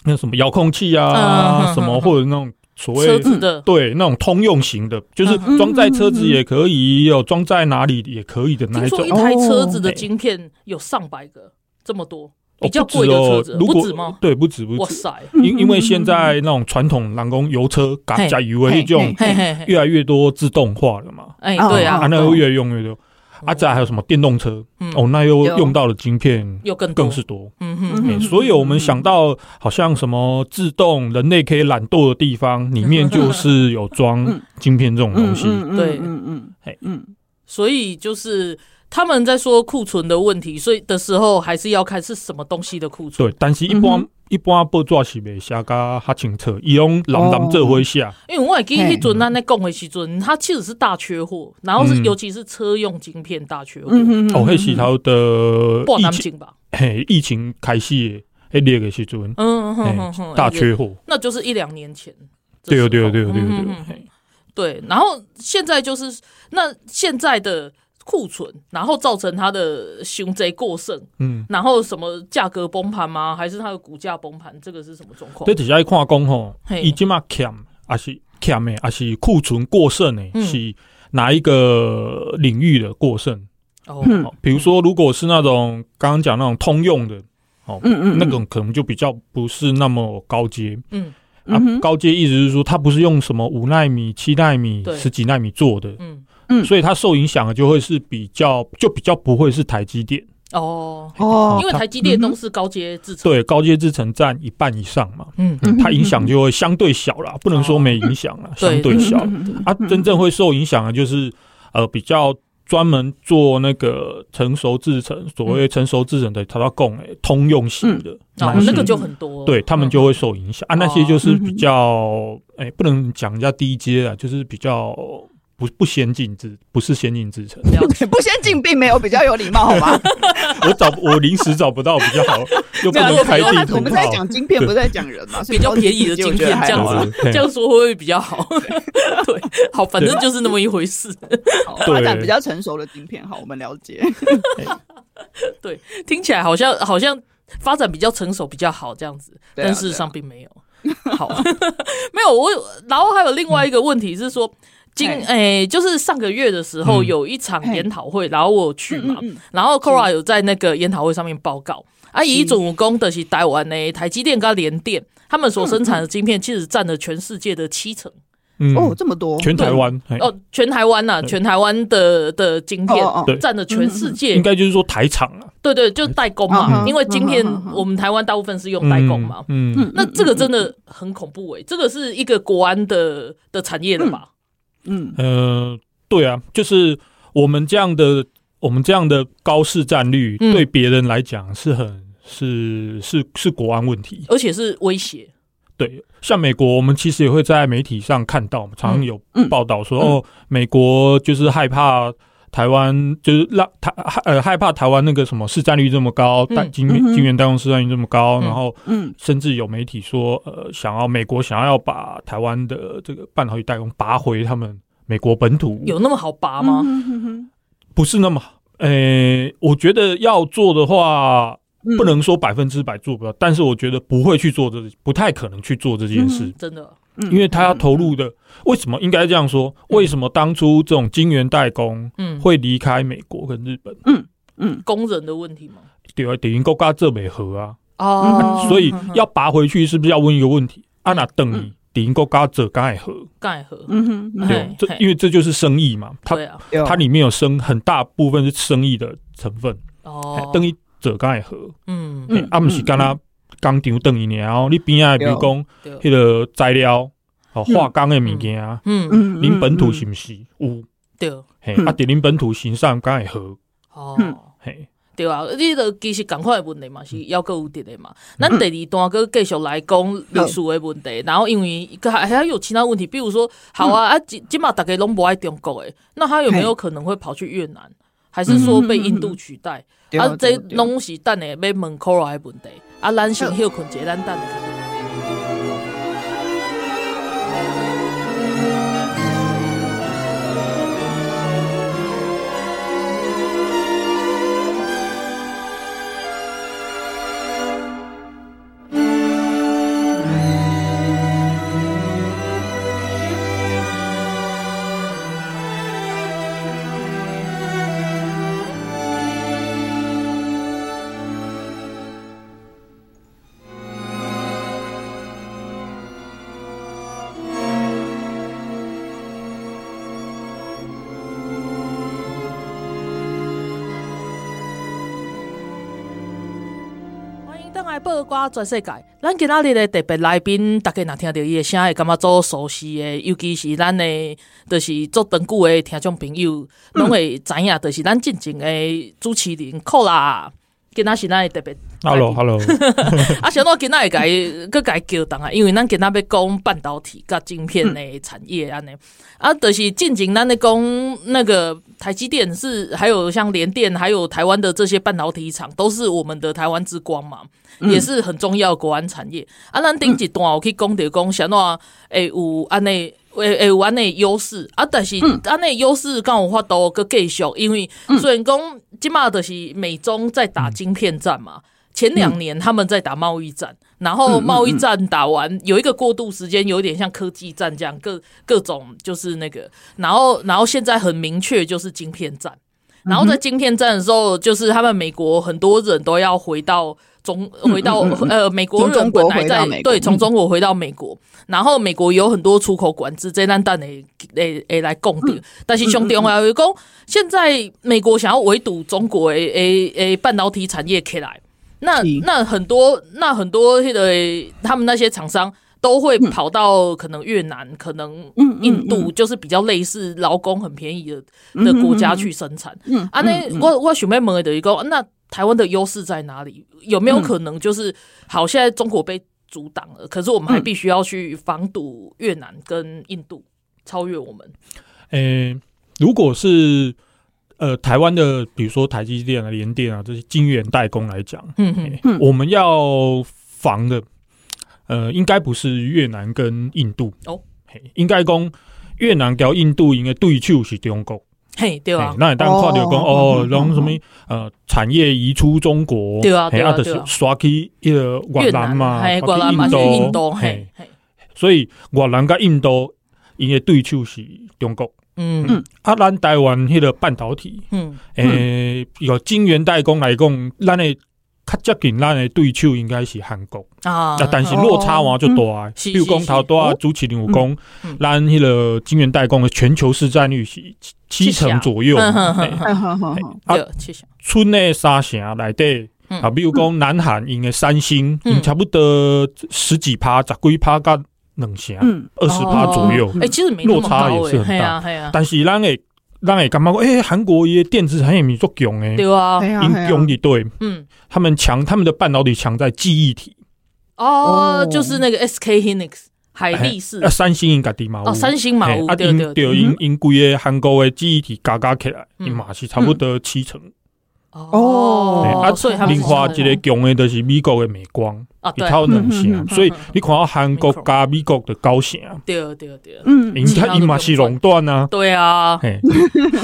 [SPEAKER 3] 那什么遥控器
[SPEAKER 1] 嗯
[SPEAKER 3] 啊，
[SPEAKER 1] 哼
[SPEAKER 3] 什么
[SPEAKER 1] 哼
[SPEAKER 3] 或者那种所谓
[SPEAKER 1] 车子的，
[SPEAKER 3] 对，那种通用型的，就是
[SPEAKER 1] 嗯
[SPEAKER 3] 装在车子也可以，有装在哪里也可以的那
[SPEAKER 1] 听
[SPEAKER 3] 一
[SPEAKER 1] 说
[SPEAKER 3] 种
[SPEAKER 1] 一。台车子的
[SPEAKER 3] 哦
[SPEAKER 1] 晶片有上百个，这么多，
[SPEAKER 3] 哦
[SPEAKER 1] 比较
[SPEAKER 3] 不止
[SPEAKER 1] 贵的
[SPEAKER 3] 哦
[SPEAKER 1] 车子
[SPEAKER 3] 如
[SPEAKER 1] 不
[SPEAKER 3] 果
[SPEAKER 1] 止吗？
[SPEAKER 3] 对，不止不
[SPEAKER 1] 哇
[SPEAKER 3] 止，
[SPEAKER 1] 塞，嗯
[SPEAKER 3] 因因为现在那种传统人工油车加
[SPEAKER 1] 嘿
[SPEAKER 3] 加油的那种，
[SPEAKER 1] 嘿嘿嘿，
[SPEAKER 3] 越来越多自动化了嘛，
[SPEAKER 1] 哎，
[SPEAKER 2] 哦
[SPEAKER 1] 对
[SPEAKER 3] 啊，
[SPEAKER 1] 啊，哦
[SPEAKER 3] 那个越用越多。啊，再还有什么电动车？
[SPEAKER 1] 嗯
[SPEAKER 3] 哦，那又
[SPEAKER 2] 有
[SPEAKER 3] 用到的晶片
[SPEAKER 1] 又更多
[SPEAKER 3] 更是多。
[SPEAKER 1] 嗯哼，
[SPEAKER 3] 欸所有我们想到好像什么自动人类可以懒惰的地方，里面就是有装
[SPEAKER 2] 嗯
[SPEAKER 3] 晶片这种东西。
[SPEAKER 1] 对
[SPEAKER 2] 嗯嗯，嘿，嗯，
[SPEAKER 1] 所以就是他们在说库存的问题，所以的时候还是要看是什么东西的库存。
[SPEAKER 3] 对，但是一
[SPEAKER 2] 嗯
[SPEAKER 3] 般、一般报纸是袂写甲较清楚，伊用蓝蓝做伙写，
[SPEAKER 1] 因为我也记得那阵咱在讲的时阵，它其实是大缺货，然后是
[SPEAKER 3] 嗯
[SPEAKER 1] 尤其是车用晶片大缺货，
[SPEAKER 2] 嗯
[SPEAKER 3] 哦，迄时头的
[SPEAKER 1] 不
[SPEAKER 3] 疫
[SPEAKER 1] 难
[SPEAKER 3] 情，
[SPEAKER 1] 进吧？
[SPEAKER 3] 嘿，疫情开始的迄个时阵，
[SPEAKER 1] 嗯哼哼
[SPEAKER 3] 嘿
[SPEAKER 1] 哼，
[SPEAKER 3] 大缺货，
[SPEAKER 1] 那就是一两年前。
[SPEAKER 3] 对哦
[SPEAKER 1] 这时候
[SPEAKER 3] 对对对
[SPEAKER 1] 嗯
[SPEAKER 3] 对
[SPEAKER 1] 嗯嗯
[SPEAKER 3] 嘿
[SPEAKER 1] 对，然后现在就是那现在的库存，然后造成它的熊贼过剩，
[SPEAKER 3] 嗯，
[SPEAKER 1] 然后什么价格崩盘吗？还是它的股价崩盘？这个是什么状况
[SPEAKER 3] 这？底下一看讲吼，
[SPEAKER 1] 嘿
[SPEAKER 3] 伊即马欠，还是欠的，还是库存过剩的，
[SPEAKER 1] 嗯
[SPEAKER 3] 是哪一个领域的过剩？
[SPEAKER 1] 哦，
[SPEAKER 2] 嗯
[SPEAKER 3] 哦，比如说如果是那种刚刚讲那种通用的，哦，
[SPEAKER 2] 嗯嗯，
[SPEAKER 3] 那种可能就比较不是那么高阶。
[SPEAKER 1] 嗯
[SPEAKER 3] 啊
[SPEAKER 2] 嗯，哼
[SPEAKER 3] 高阶意思是说，它不是用什么五纳米、七纳米、
[SPEAKER 1] 对
[SPEAKER 3] 十几纳米做的，
[SPEAKER 1] 嗯，
[SPEAKER 2] 嗯
[SPEAKER 3] 所以它受影响的就会是比较，就比较不会是台积电，
[SPEAKER 1] 哦，
[SPEAKER 2] 哦
[SPEAKER 1] 因为台积电都是高阶制程，
[SPEAKER 3] 对，高阶制程占一半以上嘛，
[SPEAKER 1] 嗯，
[SPEAKER 3] 嗯
[SPEAKER 2] 嗯哼
[SPEAKER 3] 它影响就会相对小啦，不能说没影响啦，
[SPEAKER 1] 对
[SPEAKER 3] 相对小
[SPEAKER 2] 嗯
[SPEAKER 3] 啊，真正会受影响的就是呃比较。专门做那个成熟制程，所谓成熟制程的，它要供诶通用型的，
[SPEAKER 2] 嗯
[SPEAKER 1] 哦
[SPEAKER 3] 哪一，些
[SPEAKER 1] 那个就很多，嗯
[SPEAKER 3] 对他们就会受影响、啊。那些就是
[SPEAKER 2] 哦
[SPEAKER 3] 比较，哎、不能讲人家低阶啊，就是比较不不先进制，不是先进 制程。
[SPEAKER 1] 了解
[SPEAKER 2] 不先进并没有比较有礼貌，好 吗？
[SPEAKER 3] 我找我临时找不到比 较好，又不能开地
[SPEAKER 2] 我
[SPEAKER 3] 图
[SPEAKER 2] 们
[SPEAKER 3] 炮
[SPEAKER 2] 在。讲晶片，不在讲人嘛，
[SPEAKER 1] 比较便宜的 晶片这样
[SPEAKER 3] 好
[SPEAKER 1] 子，这样说会不会比较 好？对，好，反正就是那么一回事。
[SPEAKER 2] 发展比较成熟的晶片，好，我们了解。
[SPEAKER 1] 对，听起来好像好像发展比较成熟比较好这样子，
[SPEAKER 2] 对啊啊
[SPEAKER 1] 但事实上并没有。好， 没有我有，然后还有另外一个问题是说。今
[SPEAKER 2] 嘿
[SPEAKER 1] 诶、就是上个月的时候
[SPEAKER 3] 嗯
[SPEAKER 1] 有一场
[SPEAKER 2] 嘿
[SPEAKER 1] 研讨会，然后我有去嘛，
[SPEAKER 2] 嗯
[SPEAKER 1] 然后 Cora 有在那个研讨会上面报告啊，以总工的是台湾呢，台积电跟联电他们所生产的晶片，其实占了全世界的七成。
[SPEAKER 3] 嗯
[SPEAKER 2] 哦，这么多，
[SPEAKER 3] 全台湾、哎嘿
[SPEAKER 2] 嗯
[SPEAKER 1] 哦，全台湾呐、全台湾的的晶片
[SPEAKER 2] 哦哦哦
[SPEAKER 3] 对
[SPEAKER 1] 占了全世界，
[SPEAKER 3] 应该就是说台厂啊，
[SPEAKER 1] 对对，就代工嘛，
[SPEAKER 2] 嗯
[SPEAKER 1] 因为晶片
[SPEAKER 2] 嗯嗯嗯嗯
[SPEAKER 1] 我们台湾大部分是
[SPEAKER 2] 哦
[SPEAKER 1] 用代工嘛。
[SPEAKER 3] 嗯，嗯
[SPEAKER 1] 那这个真的很恐怖诶、欸这个是一个国安的的产业了吧？
[SPEAKER 2] 嗯
[SPEAKER 3] 呃，对啊，就是我们这样的我们这样的高市占率，
[SPEAKER 1] 嗯
[SPEAKER 3] 对别人来讲是很是是是国安问题，
[SPEAKER 1] 而且是威胁，
[SPEAKER 3] 对，像美国，我们其实也会在媒体上看到，常常有
[SPEAKER 2] 嗯嗯
[SPEAKER 3] 报道说，
[SPEAKER 2] 嗯
[SPEAKER 3] 哦，美国就是害怕台湾，就是让台害呃害怕台湾那个什么市占率这么高，
[SPEAKER 1] 嗯
[SPEAKER 3] 代金
[SPEAKER 2] 嗯哼
[SPEAKER 3] 金元代工市占率这么高，
[SPEAKER 1] 嗯
[SPEAKER 3] 然后
[SPEAKER 2] 嗯
[SPEAKER 3] 甚至有媒体说，呃，想要美国想要把台湾的这个半导体代工拔回他们美国本土，
[SPEAKER 1] 有那么好拔吗？
[SPEAKER 2] 嗯哼哼
[SPEAKER 3] 不是那么好，呃，我觉得要做的话。
[SPEAKER 2] 哼
[SPEAKER 3] 不能说百分之百做不到，但是我觉得不会去做这，不太可能去做这件事。
[SPEAKER 2] 嗯
[SPEAKER 1] 真的，
[SPEAKER 2] 嗯
[SPEAKER 3] 因为他要投入的，为什么应该这样说？为什么当初这种晶圆代工
[SPEAKER 1] 嗯，
[SPEAKER 3] 会离开美国跟日本？
[SPEAKER 2] 嗯
[SPEAKER 1] 工人的问题吗？
[SPEAKER 3] 对啊，等于国家这美合啊，
[SPEAKER 1] 哦，
[SPEAKER 3] 所以要拔回去，是不是要问一个问题？啊，那等于等于国家这该合？
[SPEAKER 1] 盖和，
[SPEAKER 2] 嗯哼嗯
[SPEAKER 3] 对
[SPEAKER 1] 嘿
[SPEAKER 3] 啊，这
[SPEAKER 1] 嘿
[SPEAKER 3] 因为这就是生意嘛，它
[SPEAKER 1] 对啊，
[SPEAKER 2] 有
[SPEAKER 3] 它里面有生很大部分是生意的成分，
[SPEAKER 1] 哦，
[SPEAKER 3] 等于这该合？
[SPEAKER 1] 嗯，
[SPEAKER 2] 嗯
[SPEAKER 3] 啊，不是干那工厂等于然后你边啊，比如讲
[SPEAKER 1] 对
[SPEAKER 3] 迄个材料哦，化工的物件啊，
[SPEAKER 1] 嗯，
[SPEAKER 2] 嗯
[SPEAKER 3] 恁本土
[SPEAKER 2] 嗯
[SPEAKER 3] 是不是有？
[SPEAKER 1] 对，
[SPEAKER 3] 嘿，
[SPEAKER 2] 嗯
[SPEAKER 3] 啊，伫恁本土形上敢会好，
[SPEAKER 2] 嗯
[SPEAKER 1] 哦。
[SPEAKER 3] 嘿，
[SPEAKER 1] 对啊，你著其实共款的问题嘛，是抑搁有伫咧嘛。咱第二段搁继续来讲历史的问题，然后因为还还有其他问题，比如说，好啊，啊，今今嘛大家拢不爱中国诶，那他有没有可能会跑去越南，还是说被印度取代？
[SPEAKER 2] 对
[SPEAKER 1] 啊，这
[SPEAKER 2] 对对
[SPEAKER 1] 拢是等下要问 c o 的问题。啊，咱先休困者，咱等下。欢迎登来报瓜全世界。咱今仔日的特别来宾，大家若听到伊的声，会感觉做熟悉的，尤其是咱的，就是做长久的听众朋友，拢会知影，就是咱进前的主持人寇啦。今仔是咱的特别来宾
[SPEAKER 3] hello，
[SPEAKER 1] 啊，想到今仔会甲伊，佮甲伊叫动啊，因为咱今仔要讲半导体甲晶片的产业安尼、啊，就是近前咱咧讲那个台积电是，还有像联电，还有台湾的这些半导体厂，都是我们的台湾之光嘛，也是很重要的国安产业。啊，咱顶一段有去讲着讲，啥怎诶有安尼。会会有安尼的优势啊，但是安尼的优势敢有法度个继续，因为虽然讲即马就是美中在打晶片战嘛，前
[SPEAKER 2] 嗯
[SPEAKER 1] 两年他们在打贸易战，然后贸易战打完有一个过渡时间，有点像科技战这样，各各种就是那个，然后然后现在很明确就是晶片战，然
[SPEAKER 2] 嗯
[SPEAKER 1] 后在晶片战的时候，就是他们美国很多人都要回到中，
[SPEAKER 2] 嗯
[SPEAKER 1] 回到呃美国
[SPEAKER 2] 从
[SPEAKER 1] 人
[SPEAKER 2] 中
[SPEAKER 1] 本
[SPEAKER 2] 国
[SPEAKER 1] 来
[SPEAKER 2] 回到
[SPEAKER 1] 在
[SPEAKER 2] 美国嗯
[SPEAKER 1] 对从中国回到美国，然后美国有很多出口管制，这咱蛋诶诶诶来供
[SPEAKER 2] 嗯
[SPEAKER 1] 的，但是兄弟我有讲，现在美国想要围堵中国诶诶诶半导体产业起来。那
[SPEAKER 2] 是
[SPEAKER 1] 那很多那很多那个他们那些厂商都会跑到可能越南、可能
[SPEAKER 2] 嗯
[SPEAKER 1] 印度，就是比较类似劳工很便宜的、的国家去生产。
[SPEAKER 2] 嗯
[SPEAKER 1] 啊，那我我想要问的就是讲，那台湾的优势在哪里？有没有
[SPEAKER 2] 嗯
[SPEAKER 1] 可能就是好？现在中国被阻挡了，可是我们
[SPEAKER 2] 嗯
[SPEAKER 1] 还必须要去防堵越南跟印度超越我们。
[SPEAKER 3] 诶，如果是呃台湾的，比如说台积电啊、联电啊这些晶圆代工来讲，
[SPEAKER 1] 嗯
[SPEAKER 3] 诶
[SPEAKER 1] 哼，
[SPEAKER 2] 嗯
[SPEAKER 3] 我们要防的，呃，应该不是越南跟印度
[SPEAKER 1] 哦，
[SPEAKER 3] 嘿应该讲越南跟印度应该对手是中国，
[SPEAKER 1] 嘿，对嗯啊
[SPEAKER 3] 嘿，那你当然看到讲
[SPEAKER 2] 哦
[SPEAKER 3] 哦，然后什么呃产业移出中国，
[SPEAKER 1] 对啊
[SPEAKER 3] 嘿
[SPEAKER 1] 对啊
[SPEAKER 3] 就
[SPEAKER 1] 对
[SPEAKER 3] 是
[SPEAKER 1] 啊
[SPEAKER 3] 刷去迄个越
[SPEAKER 1] 越
[SPEAKER 3] 南
[SPEAKER 1] 南
[SPEAKER 3] 嘛，
[SPEAKER 1] 嘿，
[SPEAKER 3] 刷
[SPEAKER 1] 越南嘛
[SPEAKER 3] 去
[SPEAKER 1] 去印度，
[SPEAKER 3] 嘿
[SPEAKER 1] 嘿，，嘿
[SPEAKER 3] 所以越南甲印度因的对手是中国。
[SPEAKER 1] 嗯
[SPEAKER 3] 啊，咱台湾迄个半导体，
[SPEAKER 1] 嗯
[SPEAKER 3] 诶、有晶圆代工来讲，咱的较接近咱的对手应该是韩国，
[SPEAKER 1] 啊哦嗯
[SPEAKER 3] 啊，但是落差哇就大的。
[SPEAKER 1] 是
[SPEAKER 3] 比如讲
[SPEAKER 1] 是
[SPEAKER 3] 头拄啊，
[SPEAKER 1] 是
[SPEAKER 3] 主持人有讲
[SPEAKER 1] 嗯，
[SPEAKER 3] 咱迄个晶圆代工的全球市占率是七七成左右
[SPEAKER 1] 嗯哼
[SPEAKER 3] 嘛。
[SPEAKER 1] 哼
[SPEAKER 3] 嘿
[SPEAKER 1] 哼
[SPEAKER 2] 哎好好好，
[SPEAKER 3] 啊
[SPEAKER 1] 对，七成
[SPEAKER 3] 村内三城内底
[SPEAKER 1] 嗯
[SPEAKER 3] 啊，比如讲南韩因的三星，
[SPEAKER 1] 嗯
[SPEAKER 3] 因差不多十几趴、十几趴到两成、
[SPEAKER 2] 嗯
[SPEAKER 3] 二十趴左右。
[SPEAKER 1] 哎，其实没那么
[SPEAKER 3] 落差
[SPEAKER 1] 高
[SPEAKER 3] 也是
[SPEAKER 1] 哎，嘿
[SPEAKER 3] 很大
[SPEAKER 1] 啊嘿啊，
[SPEAKER 3] 但是咱会咱会感觉讲，诶、韩国伊的电子产业咪足强诶，
[SPEAKER 1] 对啊
[SPEAKER 2] 哎，呀
[SPEAKER 3] 因强伫对，
[SPEAKER 1] 嗯
[SPEAKER 3] 他们强，他们的半导体强在记忆体，
[SPEAKER 1] 哦
[SPEAKER 2] 哦，
[SPEAKER 1] 就是那个 SK Hynix 海力士
[SPEAKER 3] 啊，三星应该己嘛有，
[SPEAKER 1] 嗯哦，三星嘛有
[SPEAKER 3] 嘿啊，
[SPEAKER 1] 对对
[SPEAKER 3] 因
[SPEAKER 1] 对，
[SPEAKER 3] 对因因规个韩国的记忆体加加起来，
[SPEAKER 1] 嗯
[SPEAKER 3] 因嘛是差不多七成。嘿
[SPEAKER 1] 哦
[SPEAKER 3] 啊，
[SPEAKER 1] 所以他们
[SPEAKER 3] 另
[SPEAKER 1] 是
[SPEAKER 3] 外
[SPEAKER 1] 这
[SPEAKER 3] 一
[SPEAKER 1] 样
[SPEAKER 3] 个强的就是美国的美光，
[SPEAKER 1] 啊，
[SPEAKER 3] 一
[SPEAKER 1] 对，
[SPEAKER 3] 套两
[SPEAKER 2] 嗯嗯
[SPEAKER 3] 成
[SPEAKER 2] 嗯，
[SPEAKER 3] 所以你看到韩国加美国的高成，
[SPEAKER 1] 对对对，
[SPEAKER 2] 嗯，
[SPEAKER 3] 因它因嘛是垄断啊。
[SPEAKER 1] 对啊，
[SPEAKER 3] 嘿，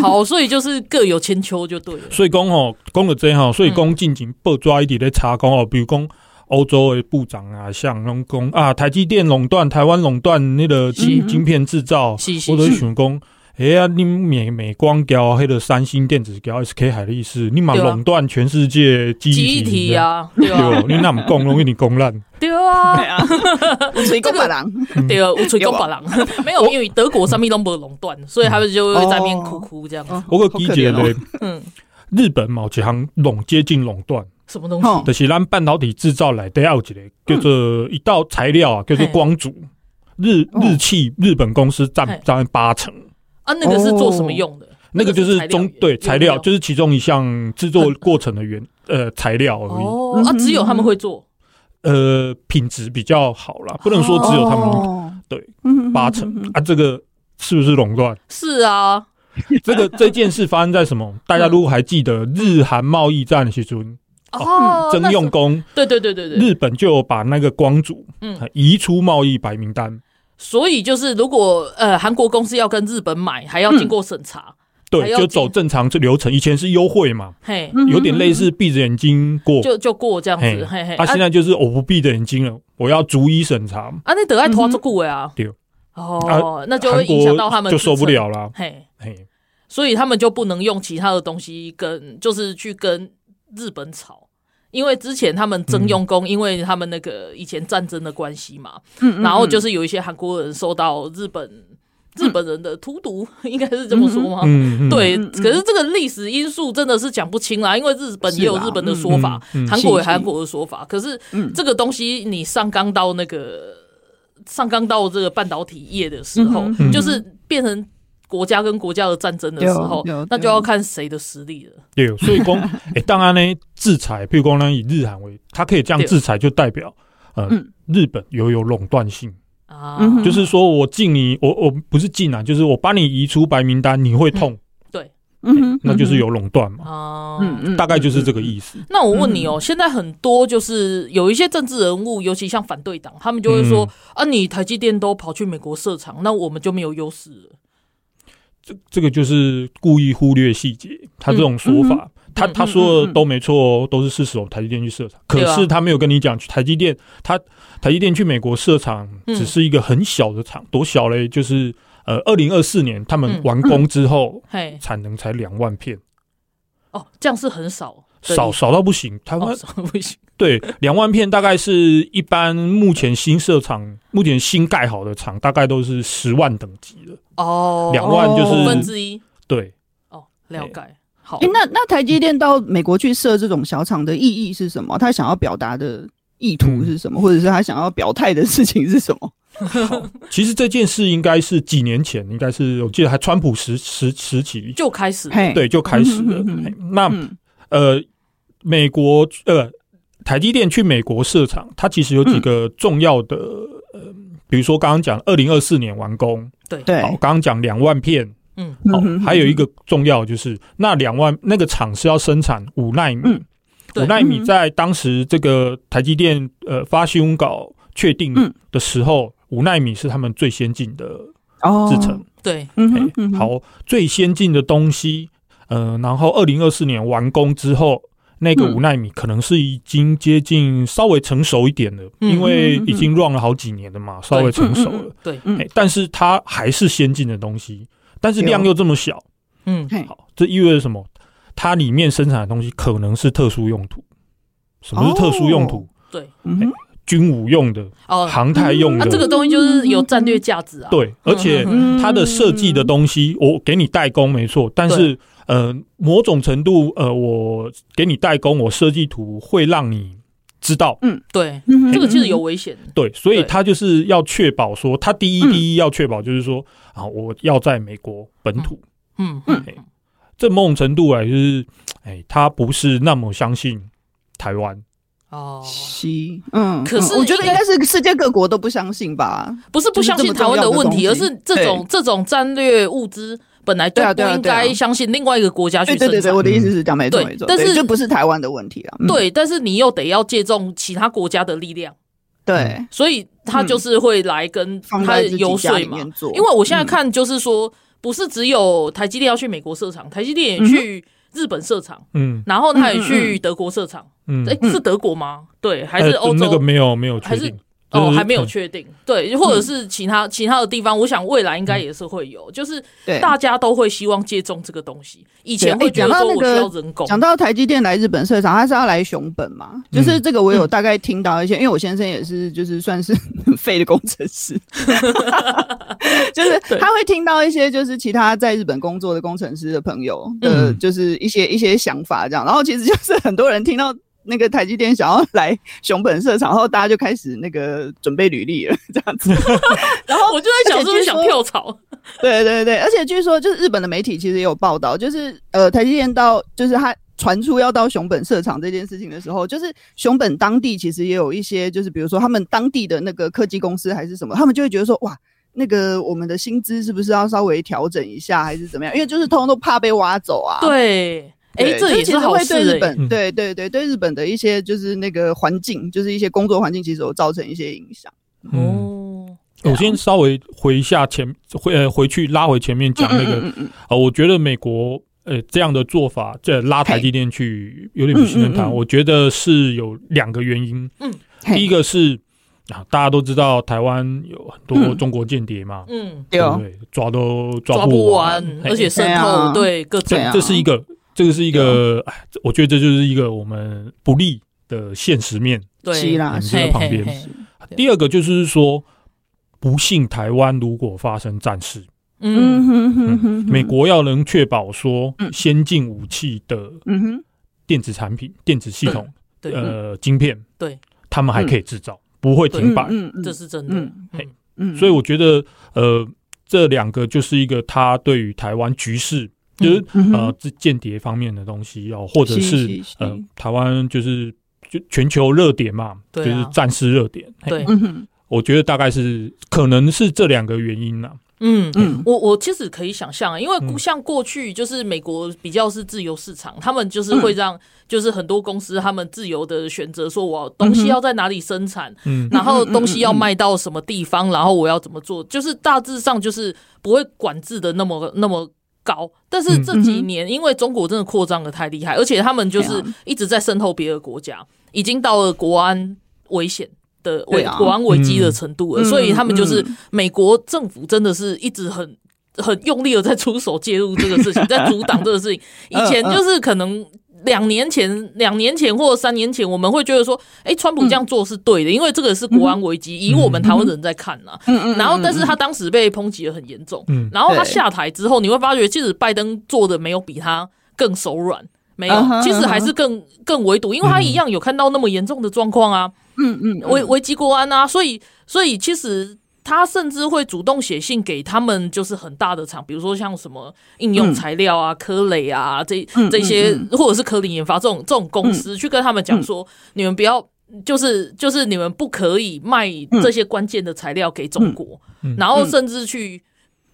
[SPEAKER 1] 好，所以就是各有千秋就对了。
[SPEAKER 3] 所以讲吼，讲到这吼，所以讲近前报纸一直咧查讲哦，比如讲欧洲的部长啊，像拢讲啊，台积电垄断台湾垄断那个晶晶片制造，
[SPEAKER 1] 是是
[SPEAKER 3] 我都
[SPEAKER 1] 是
[SPEAKER 3] 想讲。哎呀，你美美光交迄个三星电子交 SK 海力士，你嘛
[SPEAKER 1] 对啊
[SPEAKER 3] 垄断全世界记忆
[SPEAKER 1] 集体
[SPEAKER 3] 体啊！
[SPEAKER 1] 啊，对
[SPEAKER 3] 对
[SPEAKER 1] 啊
[SPEAKER 3] 哦，，你那么讲拢给你讲烂，
[SPEAKER 1] 对啊
[SPEAKER 2] 对，啊，谁个把狼？
[SPEAKER 3] 嗯
[SPEAKER 1] 对啊，有吹讲别人， 没有，因为德国上面都没有垄断，所以他们就会在那边哭哭这样子。
[SPEAKER 3] 我个记者
[SPEAKER 2] 哦好可
[SPEAKER 3] 咧，
[SPEAKER 1] 嗯，
[SPEAKER 3] 日本某一行垄接近垄断，
[SPEAKER 1] 什么东西？
[SPEAKER 2] 哦
[SPEAKER 3] 就是咱半导体制造内底还有一个叫做一道材料啊，叫做光阻。日
[SPEAKER 2] 哦
[SPEAKER 3] 日企日本公司占
[SPEAKER 1] 嘿
[SPEAKER 3] 占八成，
[SPEAKER 1] 啊，那个是做什么用的？
[SPEAKER 3] 哦那个就是中对材料，就是是其中一项制作过程的原呃材料而已。
[SPEAKER 1] 哦，啊，只有他们会做。
[SPEAKER 3] 呃，品质比较好啦，不能说只有他们
[SPEAKER 2] 哦，
[SPEAKER 3] 对
[SPEAKER 2] 嗯
[SPEAKER 3] 八成
[SPEAKER 2] 嗯嗯嗯
[SPEAKER 3] 啊，这个是不是垄断？
[SPEAKER 1] 是啊，
[SPEAKER 3] 这个这件事发生在什么？大家如果还记得日韩贸易战的时阵，
[SPEAKER 1] 哦，
[SPEAKER 3] 征嗯用
[SPEAKER 1] 那是
[SPEAKER 3] 工，
[SPEAKER 1] 对对对对对，
[SPEAKER 3] 日本就有把那个光阻
[SPEAKER 1] 嗯，
[SPEAKER 3] 移出贸易白名单。
[SPEAKER 1] 所以就是如果呃韩国公司要跟日本买，还要经过审查，
[SPEAKER 3] 嗯
[SPEAKER 1] 还
[SPEAKER 3] 对，
[SPEAKER 1] 要嗯进
[SPEAKER 3] 就走正常这流程。以前是优惠嘛，
[SPEAKER 1] 嘿，
[SPEAKER 3] 有点类似闭着眼睛过。
[SPEAKER 1] 就哎就过这样子，嘿嘿。
[SPEAKER 3] 啊，现在就是我不闭着眼睛了，我要逐一审查。
[SPEAKER 1] 啊，那得爱拖足久的啊。
[SPEAKER 3] 嗯对。啊
[SPEAKER 1] 哦，那就会
[SPEAKER 3] 韩
[SPEAKER 1] 影响到他
[SPEAKER 3] 国
[SPEAKER 1] 们
[SPEAKER 3] 就
[SPEAKER 1] 自
[SPEAKER 3] 受不
[SPEAKER 1] 身。
[SPEAKER 3] 了啦。
[SPEAKER 1] 嘿，
[SPEAKER 3] 嘿，
[SPEAKER 1] 所以他们就不能用其他的东西跟，就是去跟日本吵。因为之前他们征用工，因为他们那个以前战争的关系嘛，
[SPEAKER 2] 嗯嗯
[SPEAKER 1] 然后就是是有一些韩国人受到日本日本人的荼毒， 应该是这么说吗？
[SPEAKER 3] 嗯，嗯，
[SPEAKER 1] 哦对，
[SPEAKER 2] 嗯嗯
[SPEAKER 1] 可是这个历史因素真的是讲不清啦，因为日本也有
[SPEAKER 2] 是啦
[SPEAKER 1] 日本的说法，
[SPEAKER 3] 嗯嗯嗯
[SPEAKER 1] 韩国有
[SPEAKER 2] 是是
[SPEAKER 1] 韩国的说法。可是
[SPEAKER 2] 嗯
[SPEAKER 1] 这个东西你上纲到那个上纲到这个半导体业的时候，
[SPEAKER 2] 嗯
[SPEAKER 3] 嗯
[SPEAKER 1] 就是变成国家跟国家的战争的时候
[SPEAKER 2] 对对，
[SPEAKER 1] 那就要看谁的实力了。
[SPEAKER 3] 对，所以讲，哎，当然呢，制裁，譬如讲呢，以日韩为，它可以这样
[SPEAKER 1] 对
[SPEAKER 3] 制裁，就代表呃
[SPEAKER 2] 嗯，
[SPEAKER 3] 日本有有垄断性，
[SPEAKER 1] 啊，
[SPEAKER 2] 嗯哼
[SPEAKER 3] 就是说我禁你，我我不是禁啊，就是我把你移出白名单，你会痛，
[SPEAKER 2] 嗯哼，
[SPEAKER 3] 那就是有垄断嘛，
[SPEAKER 1] 啊，
[SPEAKER 2] 嗯嗯，
[SPEAKER 3] 大概就是这个意思。
[SPEAKER 1] 那我问你哦，现在很多就是有一些政治人物，尤其像反对党，他们就会说
[SPEAKER 3] 嗯
[SPEAKER 1] 啊，你台积电都跑去美国设厂，那我们就没有优势了。
[SPEAKER 3] 这个就是故意忽略细节，他这种
[SPEAKER 1] 嗯
[SPEAKER 3] 说法，他他说的都没错哦，都是事实哦。台积电去设厂，
[SPEAKER 1] 对
[SPEAKER 3] 可
[SPEAKER 1] 啊
[SPEAKER 3] 是他没有跟你讲，台积电他台积电去美国设厂
[SPEAKER 1] 嗯
[SPEAKER 3] 只是一个很小的厂，多小嘞？就是呃，二零二四年他
[SPEAKER 1] 嗯
[SPEAKER 3] 们完工之后，
[SPEAKER 1] 嘿，
[SPEAKER 3] 产能才两万片，
[SPEAKER 1] 哦，这样是很少的
[SPEAKER 3] 少
[SPEAKER 1] 意思
[SPEAKER 3] 少到不行。台
[SPEAKER 1] 哦
[SPEAKER 3] 湾
[SPEAKER 1] 少不行。
[SPEAKER 3] 对两万片大概是一般目前新设厂、目前新盖好的厂，大概都是十万等级的，
[SPEAKER 1] 哦，
[SPEAKER 3] 两万就
[SPEAKER 1] 五分
[SPEAKER 3] 是
[SPEAKER 1] 之一
[SPEAKER 3] 对。
[SPEAKER 1] 哦，了解。好
[SPEAKER 2] 哎，，那那台积电到美国去设这种小厂的意义是什么？他想要表达的意
[SPEAKER 3] 嗯
[SPEAKER 2] 图是什么，或者是他想要表态的事情是什么？
[SPEAKER 3] 其实这件事应该是几年前，应该是我记得还川普时时时期，
[SPEAKER 1] 就开始
[SPEAKER 2] 嘿，
[SPEAKER 3] 对，就开始了。
[SPEAKER 2] 嗯嗯嗯
[SPEAKER 3] 嘿那
[SPEAKER 2] 嗯
[SPEAKER 3] 呃，美国呃，台积电去美国设厂，它其实有几个重要的、呃，比如说刚刚讲二零二四年完工，
[SPEAKER 2] 对
[SPEAKER 3] 好，，刚刚讲两万片，
[SPEAKER 1] 嗯，
[SPEAKER 3] 好
[SPEAKER 2] 嗯哼，
[SPEAKER 3] 还有一个重要就是那两万那个厂是要生产五纳米，
[SPEAKER 2] 嗯
[SPEAKER 1] 对
[SPEAKER 3] 五纳米
[SPEAKER 2] 嗯
[SPEAKER 3] 在当时这个台积电呃发新闻稿确定
[SPEAKER 2] 嗯
[SPEAKER 3] 的时候，五纳米是他们最先进的
[SPEAKER 2] 哦，
[SPEAKER 3] 制成。
[SPEAKER 1] 对，
[SPEAKER 2] 嗯
[SPEAKER 3] 嘿
[SPEAKER 2] 哼，嗯哼，
[SPEAKER 3] 好，最先进的东西，呃，然后二零二四年完工之后，那个
[SPEAKER 2] 嗯
[SPEAKER 3] 五纳米可能是已经接近稍微成熟一点了，
[SPEAKER 1] 嗯
[SPEAKER 3] 因为已经 run 了好几年了嘛，稍微成熟了。
[SPEAKER 1] 对，
[SPEAKER 2] 嗯
[SPEAKER 3] 嘿但是它还是先进的东西，但是量又这么小，
[SPEAKER 1] 嗯，
[SPEAKER 2] 嘿，
[SPEAKER 3] 好，这意味着什么？它里面生产的东西可能是特殊用途。什么是特殊用途？
[SPEAKER 1] 对，
[SPEAKER 2] 嗯哼，
[SPEAKER 3] 军武用的、
[SPEAKER 1] 哦，
[SPEAKER 3] 航太用
[SPEAKER 1] 那
[SPEAKER 3] 的，
[SPEAKER 1] 这个东西就是有战略价值啊。
[SPEAKER 3] 对，而且
[SPEAKER 2] 嗯
[SPEAKER 3] 它的设计的东西，
[SPEAKER 1] 嗯
[SPEAKER 3] 我给你代工没错，但是呃，某种程度呃，我给你代工，我设计图会让你知道，
[SPEAKER 1] 对，
[SPEAKER 2] 嗯哼
[SPEAKER 1] 这个其实有危险。
[SPEAKER 3] 对，所以
[SPEAKER 1] 对
[SPEAKER 3] 它就是要确保说，它第一
[SPEAKER 2] 嗯
[SPEAKER 3] 第一要确保就是说啊，我要在美国本土，
[SPEAKER 1] 嗯
[SPEAKER 2] 嗯
[SPEAKER 3] 嘿这某种程度来就是，哎，他不是那么相信台湾，
[SPEAKER 1] 哦，
[SPEAKER 2] 西，嗯，
[SPEAKER 1] 可是
[SPEAKER 2] 嗯我觉得
[SPEAKER 1] 应
[SPEAKER 2] 应
[SPEAKER 1] 该
[SPEAKER 2] 该是世界各国都不相信吧？
[SPEAKER 1] 不是不相信台湾的问题，而是这种这种战略物资本来就
[SPEAKER 2] 对啊
[SPEAKER 1] 不
[SPEAKER 2] 对啊
[SPEAKER 1] 应
[SPEAKER 2] 对啊
[SPEAKER 1] 该相信另外一个国家去
[SPEAKER 2] 对
[SPEAKER 1] 生产。
[SPEAKER 2] 对对对，我的意思是这样，没错
[SPEAKER 1] 对
[SPEAKER 2] 没错，
[SPEAKER 1] 但
[SPEAKER 2] 对
[SPEAKER 1] 是
[SPEAKER 2] 就不是台湾的问题啊。嗯
[SPEAKER 1] 对，但是你又得要借重其他国家的力量，
[SPEAKER 2] 对，
[SPEAKER 1] 所以他就是会来跟
[SPEAKER 2] 嗯放
[SPEAKER 1] 他
[SPEAKER 2] 在自己
[SPEAKER 1] 游
[SPEAKER 2] 家
[SPEAKER 1] 说
[SPEAKER 2] 里
[SPEAKER 1] 嘛。
[SPEAKER 2] 面做，嗯
[SPEAKER 1] 因为我现在看就是说，不是只有台积电要去美国设厂，台积电也
[SPEAKER 2] 嗯
[SPEAKER 1] 去日本设厂，
[SPEAKER 3] 嗯
[SPEAKER 1] 然后他也
[SPEAKER 2] 嗯嗯
[SPEAKER 1] 去德国设厂。
[SPEAKER 3] 嗯，
[SPEAKER 1] 哎，是德国吗？对，还是
[SPEAKER 2] 哎
[SPEAKER 3] 呃
[SPEAKER 1] 欧洲？
[SPEAKER 3] 那个没有没有
[SPEAKER 1] 还
[SPEAKER 3] 确
[SPEAKER 1] 是
[SPEAKER 3] 定，
[SPEAKER 1] 哦，
[SPEAKER 3] 就是
[SPEAKER 1] 还没有
[SPEAKER 3] 看
[SPEAKER 1] 确定，对，或者是其他、其他的地方，我想未来应该也是会
[SPEAKER 2] 嗯
[SPEAKER 1] 有，就是
[SPEAKER 2] 对
[SPEAKER 1] 大家都会希望借重这个东西。以前
[SPEAKER 2] 对
[SPEAKER 1] 会
[SPEAKER 2] 哎
[SPEAKER 1] 觉得
[SPEAKER 2] 讲到
[SPEAKER 1] 说
[SPEAKER 2] 那
[SPEAKER 1] 我
[SPEAKER 2] 个
[SPEAKER 1] 需要人工，
[SPEAKER 2] 讲到台积电来日本设厂，他是要来熊本嘛？就是这个，我有大概听到一些，因为我先生也是，就是算是 很废的工程师，就是他会听到一些就是其他在日本工作的工程师的朋友的，
[SPEAKER 3] 嗯
[SPEAKER 2] 就是一些一些想法这样。然后其实就是很多人听到。那个台积电想要来熊本设厂，然后大家就开始那个准备履历了，这样子。然后
[SPEAKER 1] 我就在想
[SPEAKER 2] 哦
[SPEAKER 1] 是
[SPEAKER 2] 而且
[SPEAKER 1] 不是
[SPEAKER 2] 据
[SPEAKER 1] 想
[SPEAKER 2] 说
[SPEAKER 1] 跳槽？
[SPEAKER 2] 对对对，而且据说就是日本的媒体其实也有报道，就是呃台积电到就是他传出要到熊本设厂这件事情的时候，就是熊本当地其实也有一些就是比如说他们当地的那个科技公司还是什么，他们就会觉得说哇。那个我们的薪资是不是要稍微调整一下，还是怎么样？因为就是通通都怕被挖走啊。
[SPEAKER 1] 对，哎、
[SPEAKER 2] 对，
[SPEAKER 1] 这
[SPEAKER 2] 就
[SPEAKER 1] 也
[SPEAKER 2] 其
[SPEAKER 1] 是
[SPEAKER 2] 实
[SPEAKER 1] 好
[SPEAKER 2] 会
[SPEAKER 1] 事、
[SPEAKER 2] 对日
[SPEAKER 1] 欸。
[SPEAKER 2] 本，
[SPEAKER 3] 嗯
[SPEAKER 2] 对对对，对日本的一些就是那个环境，就是一些工作环境，其实有造成一些影响。
[SPEAKER 3] 嗯。
[SPEAKER 1] 哦，
[SPEAKER 3] 我先稍微回一下前回呃回去拉回前面讲那个
[SPEAKER 2] 嗯嗯嗯
[SPEAKER 3] 啊，我觉得美国呃这样的做法，这拉台积电去有点不信任
[SPEAKER 2] 嗯
[SPEAKER 3] 它，
[SPEAKER 2] 嗯嗯
[SPEAKER 3] 我觉得是有两个原因。
[SPEAKER 2] 嗯，
[SPEAKER 3] 第一
[SPEAKER 2] 个
[SPEAKER 3] 个是啊，大家都知道台湾有很多
[SPEAKER 2] 嗯
[SPEAKER 3] 中国间谍嘛，
[SPEAKER 1] 嗯，
[SPEAKER 2] 对
[SPEAKER 3] 对不
[SPEAKER 2] 哦，
[SPEAKER 3] 对？抓都抓
[SPEAKER 1] 抓
[SPEAKER 3] 不
[SPEAKER 1] 不
[SPEAKER 3] 完
[SPEAKER 1] 完，，
[SPEAKER 3] 嘿
[SPEAKER 1] 而且渗
[SPEAKER 2] 对啊
[SPEAKER 1] 透对各种
[SPEAKER 2] 对啊哦
[SPEAKER 3] 这是一个，这个是一个，哎，这我觉得这就是一个我们不利的现实面。
[SPEAKER 2] 是
[SPEAKER 1] 对，
[SPEAKER 2] 啦，
[SPEAKER 3] 嗯
[SPEAKER 2] 是啊
[SPEAKER 3] 这
[SPEAKER 1] 嘿
[SPEAKER 3] 个旁
[SPEAKER 1] 嘿
[SPEAKER 3] 边
[SPEAKER 1] 嘿，对
[SPEAKER 3] 第二个就是说，不幸台湾如果发生战事，
[SPEAKER 1] 嗯，
[SPEAKER 2] 哼
[SPEAKER 3] 嗯美
[SPEAKER 2] 哼
[SPEAKER 3] 国要能确保说
[SPEAKER 2] 嗯
[SPEAKER 3] 先进武器的
[SPEAKER 2] 嗯哼，
[SPEAKER 3] 电子产品、电子系统、
[SPEAKER 1] 对，嗯
[SPEAKER 3] 呃，晶片，
[SPEAKER 1] 对，
[SPEAKER 3] 他们还可以制造，不会停摆。
[SPEAKER 2] 嗯嗯
[SPEAKER 1] 这是真的。
[SPEAKER 2] 嗯
[SPEAKER 1] 嗯
[SPEAKER 2] 嗯
[SPEAKER 3] 所以我觉得，呃，这两个就是一个他对于台湾局势，就是
[SPEAKER 2] 嗯
[SPEAKER 3] 呃，这间谍方面的东西哦，或者
[SPEAKER 2] 是
[SPEAKER 3] 是
[SPEAKER 2] 是
[SPEAKER 3] 呃
[SPEAKER 2] 是，
[SPEAKER 3] 台湾就是就全球热点嘛，就
[SPEAKER 1] 对
[SPEAKER 3] 是
[SPEAKER 1] 啊
[SPEAKER 3] 战事热点。嘿
[SPEAKER 1] 对
[SPEAKER 2] 嗯哼
[SPEAKER 3] 我觉得大概是可能是这两个原因啦。
[SPEAKER 1] 嗯
[SPEAKER 2] 嗯
[SPEAKER 1] 我我其实可以想象，啊因为
[SPEAKER 3] 嗯
[SPEAKER 1] 像过去就是美国比较是自由市场，他们就是会让就是很多公司他们自由的选择，说我东西要在哪里生产，
[SPEAKER 3] 嗯
[SPEAKER 1] 然后东西要卖到什么地方，然后我要怎么做，就是大致上就是不会管制的那么那么。高，但是这几年因为中国真的扩张的太厉害，而且他们就是
[SPEAKER 2] 对啊
[SPEAKER 1] 一直在渗透别的国家，已经到了国安危险的危、
[SPEAKER 2] 对啊
[SPEAKER 1] 国安危机的程度了，
[SPEAKER 2] 嗯
[SPEAKER 1] 所以他们就是
[SPEAKER 2] 嗯
[SPEAKER 1] 美国政府真的是一直很很用力的在出手介入这个事情，在阻挡这个事情。以前就是可
[SPEAKER 3] 嗯
[SPEAKER 1] 能两年前、两年前或三年前，我们会觉得说，哎、川普这样做是对的，因为这个是国安危机，以我们台湾人在看呐、
[SPEAKER 2] 嗯嗯，
[SPEAKER 1] 然后，但是他当时被抨击的很严重，
[SPEAKER 3] 嗯
[SPEAKER 1] 然后他
[SPEAKER 2] 对
[SPEAKER 1] 下台之后，你会发觉，其实拜登做的没有比他更手软。没有
[SPEAKER 2] 嗯哼
[SPEAKER 1] 其实还
[SPEAKER 2] 嗯哼
[SPEAKER 1] 是更更围堵，因为他一样有看到那么严重的状况啊。
[SPEAKER 2] 嗯嗯，
[SPEAKER 1] 危危机国安啊，所以所以其实他甚至会主动写信给他们，就是很大的厂，比如说像什么应用材料啊、科磊啊这
[SPEAKER 2] 嗯
[SPEAKER 1] 这些，
[SPEAKER 2] 嗯
[SPEAKER 1] 或者是科林研发这种这种公司，去跟他们讲说，你们不要。就是就是你们不可以卖
[SPEAKER 2] 嗯
[SPEAKER 1] 这些关键的材料给中国，
[SPEAKER 3] 嗯嗯
[SPEAKER 1] 然后甚至去、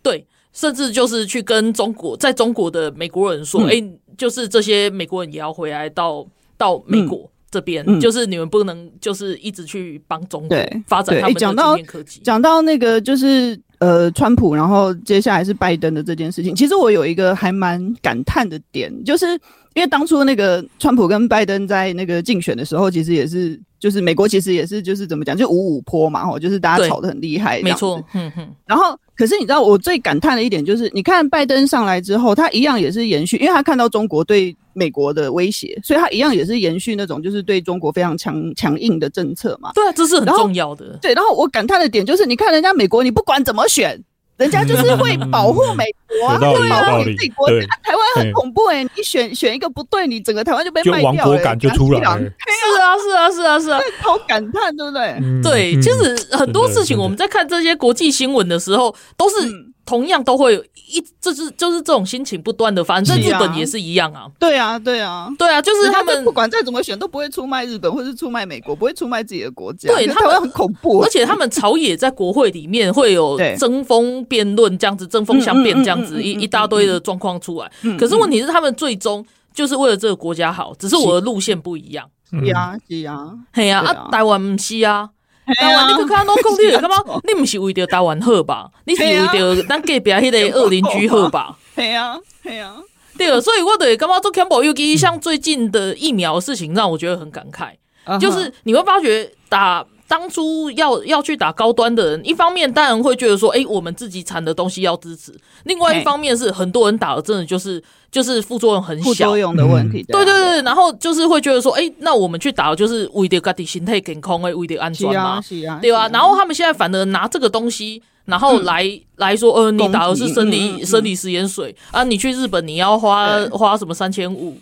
[SPEAKER 1] 对，甚至就是去跟中国在中国的美国人说，
[SPEAKER 2] 嗯
[SPEAKER 1] 哎、就是这些美国人也要回来到到美国这边，
[SPEAKER 2] 嗯
[SPEAKER 1] 就是你们不能就是一直去帮中国
[SPEAKER 2] 对
[SPEAKER 1] 发展
[SPEAKER 2] 对
[SPEAKER 1] 他们
[SPEAKER 2] 诶
[SPEAKER 1] 的
[SPEAKER 2] 讲
[SPEAKER 1] 晶
[SPEAKER 2] 到
[SPEAKER 1] 片科技。
[SPEAKER 2] 讲到那个就是呃，川普，然后接下来是拜登的这件事情，其实我有一个还蛮感叹的点，就是因为当初那个川普跟拜登在那个竞选的时候，其实也是就是美国其实也是就是怎么讲，就五五坡嘛，吼，就是大家
[SPEAKER 1] 对
[SPEAKER 2] 吵得很厉害，
[SPEAKER 1] 没错，。嗯哼，
[SPEAKER 2] 然后，可是你知道我最感叹的一点就是，你看拜登上来之后，他一样也是延续，因为他看到中国对美国的威胁，所以他一样也是延续那种就是对中国非常强强硬的政策嘛。
[SPEAKER 1] 对啊，这是很
[SPEAKER 2] 然后
[SPEAKER 1] 重要的。
[SPEAKER 2] 对，然后我感叹的点就是，你看人家美国，你不管怎么选，人家就是会保护美国啊，
[SPEAKER 3] 有道理
[SPEAKER 2] 对啊
[SPEAKER 3] 有道理
[SPEAKER 2] 你自己国家
[SPEAKER 3] 对
[SPEAKER 2] 台湾
[SPEAKER 3] 对
[SPEAKER 2] 很恐怖哎，你选选一个不对，你整个台湾就被
[SPEAKER 3] 就
[SPEAKER 2] 卖
[SPEAKER 3] 亡
[SPEAKER 2] 掉
[SPEAKER 3] 国
[SPEAKER 2] 了欸
[SPEAKER 3] 感就出来
[SPEAKER 2] 拿西
[SPEAKER 3] 了
[SPEAKER 2] 洋
[SPEAKER 1] 是啊，是啊，是啊，是啊。
[SPEAKER 2] 好感叹，对不对？
[SPEAKER 3] 嗯
[SPEAKER 1] 对，
[SPEAKER 3] 嗯
[SPEAKER 1] 其实很多
[SPEAKER 3] 真的
[SPEAKER 1] 事情
[SPEAKER 3] 真的
[SPEAKER 1] 我们在看这些国际新闻的时候，都是
[SPEAKER 2] 嗯
[SPEAKER 1] 同样都会有一，就是就是这种心情不断的，反正
[SPEAKER 2] 是
[SPEAKER 1] 日
[SPEAKER 2] 啊
[SPEAKER 1] 本也是一样啊。
[SPEAKER 2] 对啊，对啊。
[SPEAKER 1] 对啊，就是
[SPEAKER 2] 人家
[SPEAKER 1] 他
[SPEAKER 2] 就
[SPEAKER 1] 们
[SPEAKER 2] 不，管再怎么选，都不会出卖日本，或是出卖美国，不会出卖自己的国家。
[SPEAKER 1] 对
[SPEAKER 2] 可是
[SPEAKER 1] 他
[SPEAKER 2] 台
[SPEAKER 1] 们
[SPEAKER 2] 湾很恐怖，
[SPEAKER 1] 而且他们朝野在国会里面会有
[SPEAKER 2] 对
[SPEAKER 1] 争锋辩论这样子，针锋相辩这样
[SPEAKER 2] 嗯嗯嗯
[SPEAKER 1] 子，
[SPEAKER 2] 嗯
[SPEAKER 1] 一
[SPEAKER 2] 嗯
[SPEAKER 1] 一大堆的状况出来。可是问题是，他们最终就是为了这个国家好，只是我的路线不一样。
[SPEAKER 3] 嗯
[SPEAKER 2] 是啊，是啊。
[SPEAKER 1] 嘿啊，
[SPEAKER 2] 对啊
[SPEAKER 1] 啊，台湾不是啊。
[SPEAKER 2] 嘿
[SPEAKER 1] 台湾，你
[SPEAKER 2] 啊
[SPEAKER 1] 去看拢讲，你就感
[SPEAKER 2] 是
[SPEAKER 1] 觉
[SPEAKER 2] 啊
[SPEAKER 1] 你毋是为着台湾好吧？你是
[SPEAKER 2] 嘿
[SPEAKER 1] 为
[SPEAKER 2] 啊
[SPEAKER 1] 着咱隔壁迄个恶邻居好吧？
[SPEAKER 2] 嘿啊，嘿啊，
[SPEAKER 1] 对，所以我对感觉做 Campbell 尤其像最近的疫苗的事情，让我觉得很感慨，
[SPEAKER 2] 嗯
[SPEAKER 1] 嗯就是你会发觉打。当初要要去打高端的人，一方面当然会觉得说，哎、我们自己产的东西要支持；，另外一
[SPEAKER 2] 嘿
[SPEAKER 1] 方面是很多人打了，真的就是就是副作用很
[SPEAKER 2] 副
[SPEAKER 1] 小
[SPEAKER 2] 作，用的问题。
[SPEAKER 1] 对对
[SPEAKER 2] 啊
[SPEAKER 1] 对，然后就是会觉得说，哎、那我们去打就是为着家己身体健康，诶，为着安全
[SPEAKER 2] 是
[SPEAKER 1] 嘛
[SPEAKER 2] 啊，，是啊，
[SPEAKER 1] 对吧、
[SPEAKER 2] 是
[SPEAKER 1] 然后他们现在反而拿这个东西，然后来、来说，呃，你打的是生
[SPEAKER 2] 攻
[SPEAKER 1] 理、
[SPEAKER 2] 击嗯嗯嗯
[SPEAKER 1] 生理食盐水啊，你去日本你要花
[SPEAKER 2] 对
[SPEAKER 1] 花什么三千五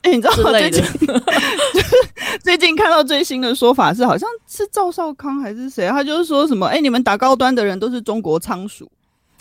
[SPEAKER 2] 哎，你知道
[SPEAKER 1] 之
[SPEAKER 2] 吗
[SPEAKER 1] 类
[SPEAKER 2] 最
[SPEAKER 1] 的
[SPEAKER 2] 近， 最近看到最新的说法是，好像是赵少康还是谁，他就是说什么，哎，你们打高端的人都是中国仓鼠，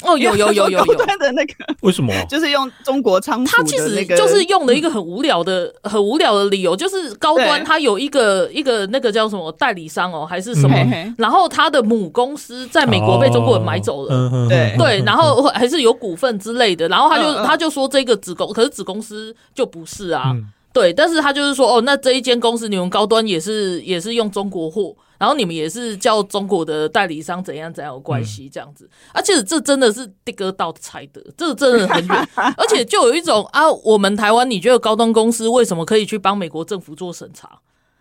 [SPEAKER 1] 哦，有有有有
[SPEAKER 2] 因为他说 高
[SPEAKER 1] 有。
[SPEAKER 2] 端的那个
[SPEAKER 3] 为什么啊？
[SPEAKER 2] 就是用中国仓
[SPEAKER 1] 他
[SPEAKER 2] 鼠
[SPEAKER 1] 其
[SPEAKER 2] 的
[SPEAKER 1] 实
[SPEAKER 2] 那个，嗯
[SPEAKER 1] 就是用了一个很无聊的、很无聊的理由，就是高端
[SPEAKER 2] 对
[SPEAKER 1] 他有一个一个那个叫什么代理商哦，还是什么
[SPEAKER 2] 嘿嘿，
[SPEAKER 1] 然后他的母公司在美国被中国人买走了，
[SPEAKER 3] 哦嗯嗯嗯
[SPEAKER 2] 对
[SPEAKER 1] 对，然后或还是有股份之类的，然后他就、
[SPEAKER 2] 嗯嗯
[SPEAKER 1] 他就说这个子公，可是子公司就不是啊，
[SPEAKER 3] 嗯
[SPEAKER 1] 对，但是他就是说哦，那这一间公司你们高端也是也是用中国货，然后你们也是叫中国的代理商怎样怎样有关系这样子，而且这真的是地哥道猜的，这真的很 远，而且就有一种啊，我们台湾你觉得高端公司为什么可以去帮美国政府做审查？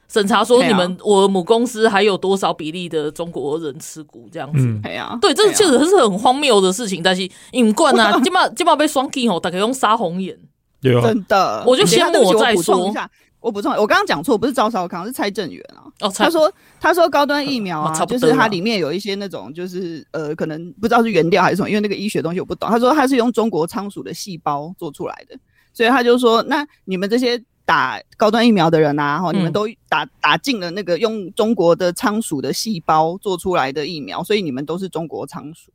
[SPEAKER 1] 审查说
[SPEAKER 2] 对啊
[SPEAKER 1] 你们、我母公司还有多少比例的中国人持股这样子，
[SPEAKER 3] 嗯
[SPEAKER 2] 哎呀，
[SPEAKER 1] 对，这
[SPEAKER 2] 哎呀
[SPEAKER 1] 确实是很荒谬的事情，但是引冠 啊，今嘛今嘛被双 K 吼，大概用杀红眼，
[SPEAKER 3] 对啊，
[SPEAKER 2] 真的，
[SPEAKER 1] 我就先
[SPEAKER 2] 等一下
[SPEAKER 1] 抹再
[SPEAKER 2] 对不起我补充
[SPEAKER 1] 说
[SPEAKER 2] 一下，我补充，我刚刚讲错，不是赵少康，是蔡正元啊。
[SPEAKER 1] 哦，
[SPEAKER 2] 他说他说高端疫苗
[SPEAKER 1] 嗯
[SPEAKER 2] 啊，
[SPEAKER 1] 差不
[SPEAKER 2] 就
[SPEAKER 1] 多
[SPEAKER 2] 是
[SPEAKER 1] 啦
[SPEAKER 2] 它里面有一些那种就是呃，可能不知道是原料还是什么，因为那个医学东西我不懂。他说他是用中国仓鼠的细胞做出来的，所以他就说，那你们这些。打高端疫苗的人啊，哈，
[SPEAKER 1] 嗯
[SPEAKER 2] 你们都打打进了那个用中国的仓鼠的细胞做出来的疫苗，所以你们都是中国仓鼠。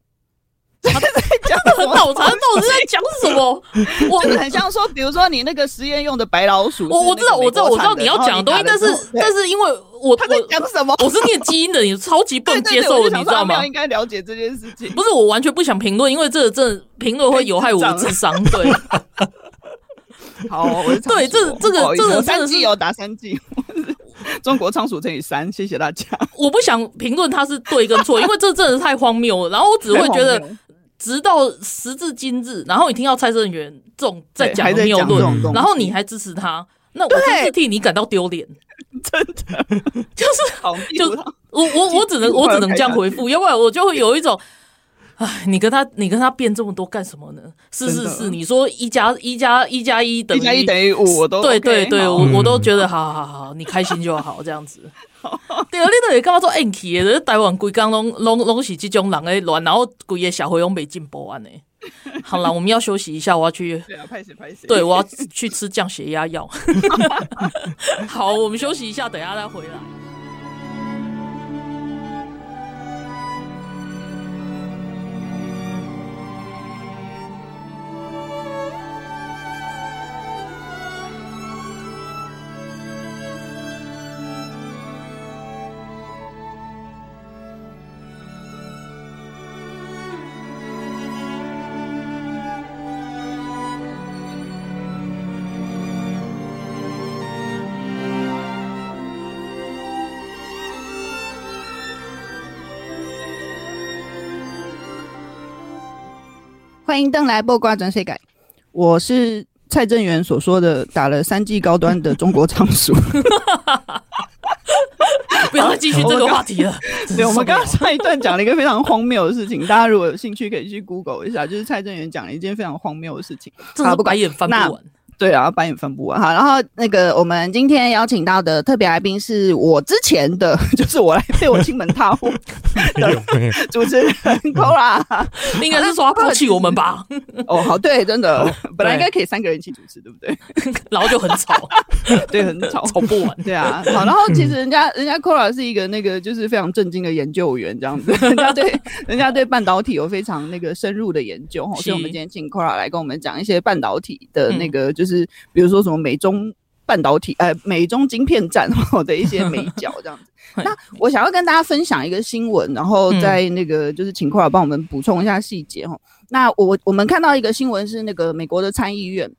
[SPEAKER 2] 真的
[SPEAKER 1] 很 脑残，到底在讲什么？我
[SPEAKER 2] 就是 很像说，比如说你那个实验用的白老鼠，
[SPEAKER 1] 我我
[SPEAKER 2] 是
[SPEAKER 1] 知道，
[SPEAKER 2] 那个
[SPEAKER 1] 我知道，我
[SPEAKER 2] 美国
[SPEAKER 1] 知道
[SPEAKER 2] 产
[SPEAKER 1] 你要
[SPEAKER 2] 然后
[SPEAKER 1] 讲的东西，
[SPEAKER 2] 打
[SPEAKER 1] 但
[SPEAKER 2] 了
[SPEAKER 1] 是
[SPEAKER 2] 之后对
[SPEAKER 1] 但是因为我
[SPEAKER 2] 他在讲
[SPEAKER 1] 我
[SPEAKER 2] 什么？
[SPEAKER 1] 我是念基因的，你超级不能接受的，你知道吗
[SPEAKER 2] 没有？应该了解这件事情。
[SPEAKER 1] 不是，我完全不想评论，因为这个真的评论会有害我的智
[SPEAKER 2] 哎
[SPEAKER 1] 商。对，
[SPEAKER 2] 好，我是
[SPEAKER 1] 对这这个这个真的
[SPEAKER 2] 三
[SPEAKER 1] 是
[SPEAKER 2] 季有哦打三季， 中国仓鼠乘以三，谢谢大家。
[SPEAKER 1] 我不想评论它是对跟错，因为这真的太荒谬了。然后我只会觉得
[SPEAKER 2] 太荒，
[SPEAKER 1] 直到时至今日，然后你听到蔡正元这种在
[SPEAKER 2] 对
[SPEAKER 1] 讲
[SPEAKER 2] 还在
[SPEAKER 1] 谬
[SPEAKER 2] 讲
[SPEAKER 1] 论
[SPEAKER 2] 这种，东
[SPEAKER 1] 然后
[SPEAKER 2] 西
[SPEAKER 1] 你还支持他，那我真是替你感到丢脸。
[SPEAKER 2] 好，
[SPEAKER 1] 就我我我 只能我只能这样回复，要不然我就会有一种，哎，你跟他你跟他辩这么多干什么呢？是
[SPEAKER 2] 真
[SPEAKER 1] 是
[SPEAKER 2] 的
[SPEAKER 1] 是，你说一加一加一加一等
[SPEAKER 2] 一
[SPEAKER 1] 于
[SPEAKER 2] 加一等于五，我都
[SPEAKER 1] 对对
[SPEAKER 2] OK，
[SPEAKER 1] 对，
[SPEAKER 2] 好
[SPEAKER 1] 我我都
[SPEAKER 3] 嗯
[SPEAKER 1] 觉得好好好好，你开心就好，这样 子。对啊，你到底干嘛做 N K 的？台湾规刚拢拢拢是这种人的乱，然后规个社会拢没进步啊安呢。好啦，我们要休息一下，我要 去，
[SPEAKER 2] 对啊，拍谁拍谁。
[SPEAKER 1] 对我要去吃降血压药。 好，我们休息一下，等一下再回来。
[SPEAKER 2] 欢迎登来播瓜转水改，我是蔡正元所说的打了三季高端的中国仓鼠。
[SPEAKER 1] 不要再继续这个话题 了。
[SPEAKER 2] 对，我们刚刚上一段讲了一个非常荒谬的事情，大家如果有兴趣可以去 Google 一下，就是蔡正元讲了一件非常荒谬的事情。
[SPEAKER 1] 真的
[SPEAKER 2] 好
[SPEAKER 1] 是
[SPEAKER 2] 不
[SPEAKER 1] 白
[SPEAKER 2] 管
[SPEAKER 1] 眼翻不完。
[SPEAKER 2] 对啊，白眼翻不完哈。然后那个我们今天邀请到的特别来宾是我之前的， 就是我来被我亲门踏户 哎
[SPEAKER 3] 没有 没有，
[SPEAKER 2] 主持人 Kora。
[SPEAKER 1] 应该是说他抛弃我们吧，
[SPEAKER 2] 哦，好，对，真的，本来应该可以三个人一起主持，对不对？
[SPEAKER 1] 然后就很 吵，
[SPEAKER 2] 对，很吵。
[SPEAKER 1] 吵不完。
[SPEAKER 2] 对啊，好，然后其实人家人家 Kora 是一个那个就是非常震惊的研究员，这样子，人家对人家对半导体有非常那个深入的研究，吼所以我们
[SPEAKER 1] 是嗯
[SPEAKER 2] 今天请 Kora 来跟我们讲一些半导体的那个，就是、比如说什么美中半导体，呃，美中晶片战吼的一些美角这 样子。那我想要跟大家分享一个新闻，然后
[SPEAKER 1] 嗯
[SPEAKER 2] 在那个就是请 Kora 帮我们补充一下细节吼。那我我们看到一个新闻是那个美国的参议院，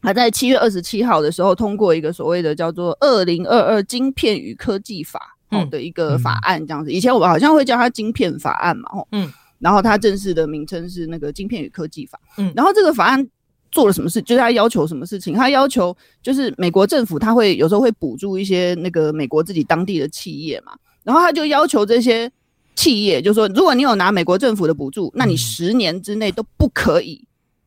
[SPEAKER 2] 他在七月二十七号的时候通过一个所谓的叫做《二零二二晶片与科技法》哦
[SPEAKER 1] 嗯
[SPEAKER 2] 的一个法案，这样子。以前我们好像会叫它晶片法案嘛，吼，
[SPEAKER 1] 嗯。
[SPEAKER 2] 然后它正式的名称是那个《晶片与科技法》，
[SPEAKER 1] 嗯
[SPEAKER 2] 然后这个法案做了什么事？就是它要求什么事情？它要求就是美国政府，它会有时候会补助一些那个美国自己当地的企业嘛，然后他就要求这些企业，就说如果你有拿美国政府的补助，那
[SPEAKER 1] 嗯
[SPEAKER 2] 你十年之内都不可以